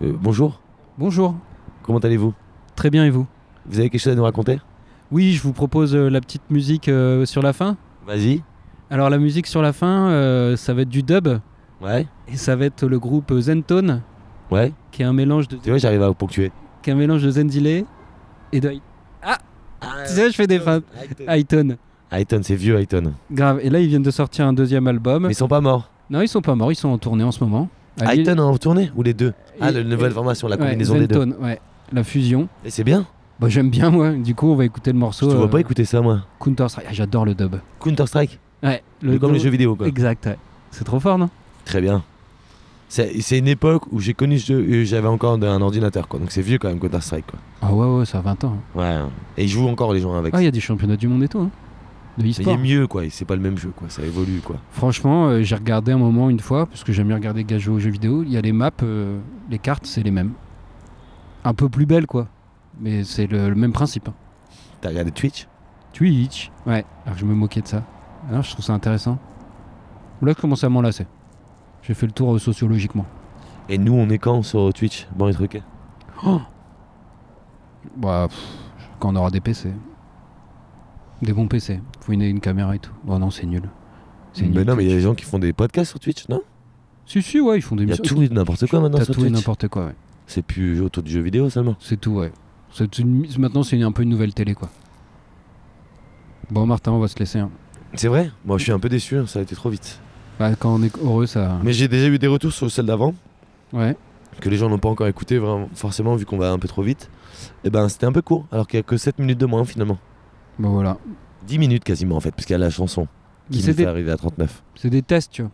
[SPEAKER 1] Euh, bonjour,
[SPEAKER 2] Bonjour.
[SPEAKER 1] comment allez-vous
[SPEAKER 2] Très bien et vous
[SPEAKER 1] Vous avez quelque chose à nous raconter
[SPEAKER 2] Oui, je vous propose euh, la petite musique euh, sur la fin.
[SPEAKER 1] Vas-y.
[SPEAKER 2] Alors, la musique sur la fin, euh, ça va être du dub
[SPEAKER 1] Ouais.
[SPEAKER 2] et ça va être le groupe Zentone.
[SPEAKER 1] Ouais.
[SPEAKER 2] qui est un mélange de,
[SPEAKER 1] Tu vois, j'arrive à ponctuer.
[SPEAKER 2] qui est un mélange de Zendile et de Tu sais, je fais des
[SPEAKER 1] Euh,
[SPEAKER 2] feintes. Hyton.
[SPEAKER 1] Hayton, Ah, c'est vieux Hayton.
[SPEAKER 2] Grave. Et là, ils viennent de sortir un deuxième album.
[SPEAKER 1] Mais ils sont pas morts.
[SPEAKER 2] Non, ils sont pas morts, ils sont en tournée en ce moment. À Lille.
[SPEAKER 1] Hayton en tournée Ou les deux Ah,
[SPEAKER 2] Et-
[SPEAKER 1] la nouvelle formation, la
[SPEAKER 2] Ouais,
[SPEAKER 1] combinaison des deux.
[SPEAKER 2] Zentone, ouais. La fusion.
[SPEAKER 1] Et c'est bien
[SPEAKER 2] Bah, j'aime bien, moi. Du coup, on va écouter le
[SPEAKER 1] Je
[SPEAKER 2] morceau.
[SPEAKER 1] te vois
[SPEAKER 2] euh,
[SPEAKER 1] pas écouter ça, moi.
[SPEAKER 2] Counter-Strike. Ah, j'adore le dub.
[SPEAKER 1] Counter-Strike
[SPEAKER 2] Ouais.
[SPEAKER 1] C'est Comme
[SPEAKER 2] dub-
[SPEAKER 1] les jeux vidéo, quoi.
[SPEAKER 2] Exact, ouais. C'est trop fort, non
[SPEAKER 1] Très bien. C'est c'est une époque où j'ai connu ce jeu, et j'avais encore un ordinateur, quoi. Donc c'est vieux quand même, Counter-Strike, quoi.
[SPEAKER 2] Ah, ouais, ouais, ça a 20 ans.
[SPEAKER 1] Ouais. Et ils jouent encore les gens avec.
[SPEAKER 2] Ah, il y a des championnats du monde et tout. hein, De
[SPEAKER 1] Mais il est
[SPEAKER 2] e-sport.
[SPEAKER 1] mieux, quoi. et C'est pas le même jeu, quoi. Ça évolue, quoi.
[SPEAKER 2] Franchement, euh, j'ai regardé un moment une fois, parce que j'aime bien regarder gager aux jeux vidéo, il y a les maps, euh, les cartes, c'est les mêmes. Un peu plus belles, quoi. Mais c'est le, le même principe. hein.
[SPEAKER 1] T'as regardé Twitch
[SPEAKER 2] Twitch Ouais, alors je me moquais de ça. Alors, je trouve ça intéressant. Là, je commence à m'enlacer. J'ai fait le tour euh, sociologiquement.
[SPEAKER 1] Et nous, on est quand sur Twitch Bon, les trucs.
[SPEAKER 2] Bah, pff, quand on aura des PC. Des bons PC. Faut une, une caméra et tout. Bon, non, c'est nul. C'est
[SPEAKER 1] Mais
[SPEAKER 2] nul.
[SPEAKER 1] non, mais il y a des gens qui font des podcasts sur Twitch, non
[SPEAKER 2] Si, si, ouais, ils font des
[SPEAKER 1] Il y a
[SPEAKER 2] missions.
[SPEAKER 1] tout et n'importe quoi maintenant
[SPEAKER 2] T'as
[SPEAKER 1] sur
[SPEAKER 2] tout et
[SPEAKER 1] Twitch.
[SPEAKER 2] n'importe quoi, ouais.
[SPEAKER 1] C'est plus autour du jeu vidéo seulement.
[SPEAKER 2] C'est tout, ouais. C'est une- Maintenant, c'est une- un peu une nouvelle télé, quoi. Bon, Martin, on va se laisser. hein.
[SPEAKER 1] C'est vrai Moi, je suis un peu déçu, hein, ça a été trop vite.
[SPEAKER 2] Bah, quand on est heureux, ça.
[SPEAKER 1] Mais j'ai déjà eu des retours sur celle d'avant,
[SPEAKER 2] Ouais.
[SPEAKER 1] que les gens n'ont pas encore écouté, vraiment, forcément, vu qu'on va un peu trop vite. Et ben, c'était un peu court, alors qu'il y a que 7 minutes de moins finalement.
[SPEAKER 2] Bon, Bah, voilà.
[SPEAKER 1] 10 minutes quasiment en fait, parce qu'il y a la chanson qui
[SPEAKER 2] C'est
[SPEAKER 1] nous fait
[SPEAKER 2] des...
[SPEAKER 1] arriver à 39.
[SPEAKER 2] c'est des tests, tu vois.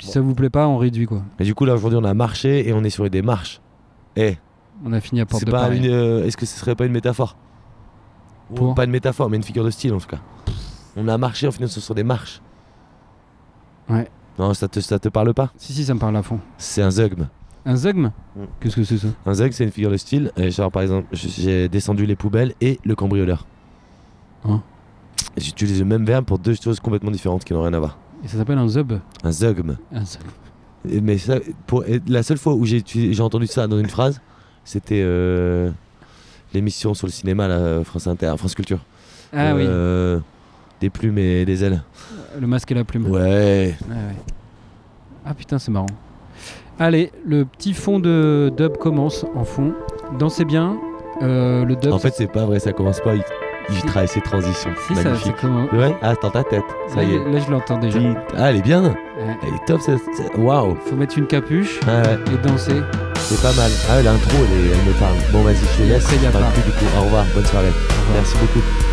[SPEAKER 2] Si ça vous plaît pas, on réduit, quoi.
[SPEAKER 1] Et du coup, là, aujourd'hui, on a marché et on est sur des marches. Eh,
[SPEAKER 2] On a fini à Porte
[SPEAKER 1] c'est
[SPEAKER 2] de
[SPEAKER 1] pas
[SPEAKER 2] Paris.
[SPEAKER 1] une. euh, Est-ce que ce serait pas une métaphore Ou
[SPEAKER 2] Pour
[SPEAKER 1] Pas une métaphore, mais une figure de style en tout cas. On a marché, en final, ce sont des marches.
[SPEAKER 2] Ouais.
[SPEAKER 1] Non, ça te, ça te parle pas
[SPEAKER 2] Si, si, ça me parle à fond.
[SPEAKER 1] C'est un zeugme.
[SPEAKER 2] Un zeugme
[SPEAKER 1] Mm.
[SPEAKER 2] Qu'est-ce que c'est ça
[SPEAKER 1] Un zeug, c'est une figure de style. Et genre, par exemple, je- j'ai descendu les poubelles et le cambrioleur.
[SPEAKER 2] Hein
[SPEAKER 1] Et J'utilise le même verbe pour deux choses complètement différentes qui n'ont rien à voir.
[SPEAKER 2] Et ça s'appelle un zub
[SPEAKER 1] Un zeugme.
[SPEAKER 2] Un zeug.
[SPEAKER 1] Et- Mais ça, pour, et la seule fois où j'ai utilisé- j'ai entendu ça dans une phrase, c'était euh, l'émission sur le cinéma, là, euh, France Inter, France Culture.
[SPEAKER 2] Ah
[SPEAKER 1] Euh, Des plumes et des ailes.
[SPEAKER 2] oui, le masque et la plume.
[SPEAKER 1] Ouais.
[SPEAKER 2] Ouais, ouais. Ah putain, c'est marrant. Allez, le petit fond de dub commence en fond. Dansez bien. euh, le dub.
[SPEAKER 1] En fait, c'est pas vrai, ça commence pas. Il, il travaille ses transitions.
[SPEAKER 2] si, ça, c'est
[SPEAKER 1] Magnifique.
[SPEAKER 2] comment
[SPEAKER 1] Ouais, ah, dans ta tête. Ça y est.
[SPEAKER 2] Là, je l'entends déjà.
[SPEAKER 1] Ah, elle est bien.
[SPEAKER 2] Ouais.
[SPEAKER 1] Elle est top. cette- cette- Waouh.
[SPEAKER 2] Faut mettre une capuche
[SPEAKER 1] Ah ouais.
[SPEAKER 2] et danser.
[SPEAKER 1] C'est pas mal. Ah ouais, l'intro, elle, est- elle me parle. Bon, vas-y, je te
[SPEAKER 2] Et
[SPEAKER 1] laisse.
[SPEAKER 2] après, il y a
[SPEAKER 1] Parle
[SPEAKER 2] pas.
[SPEAKER 1] plus du coup. Au revoir, bonne soirée. Merci beaucoup.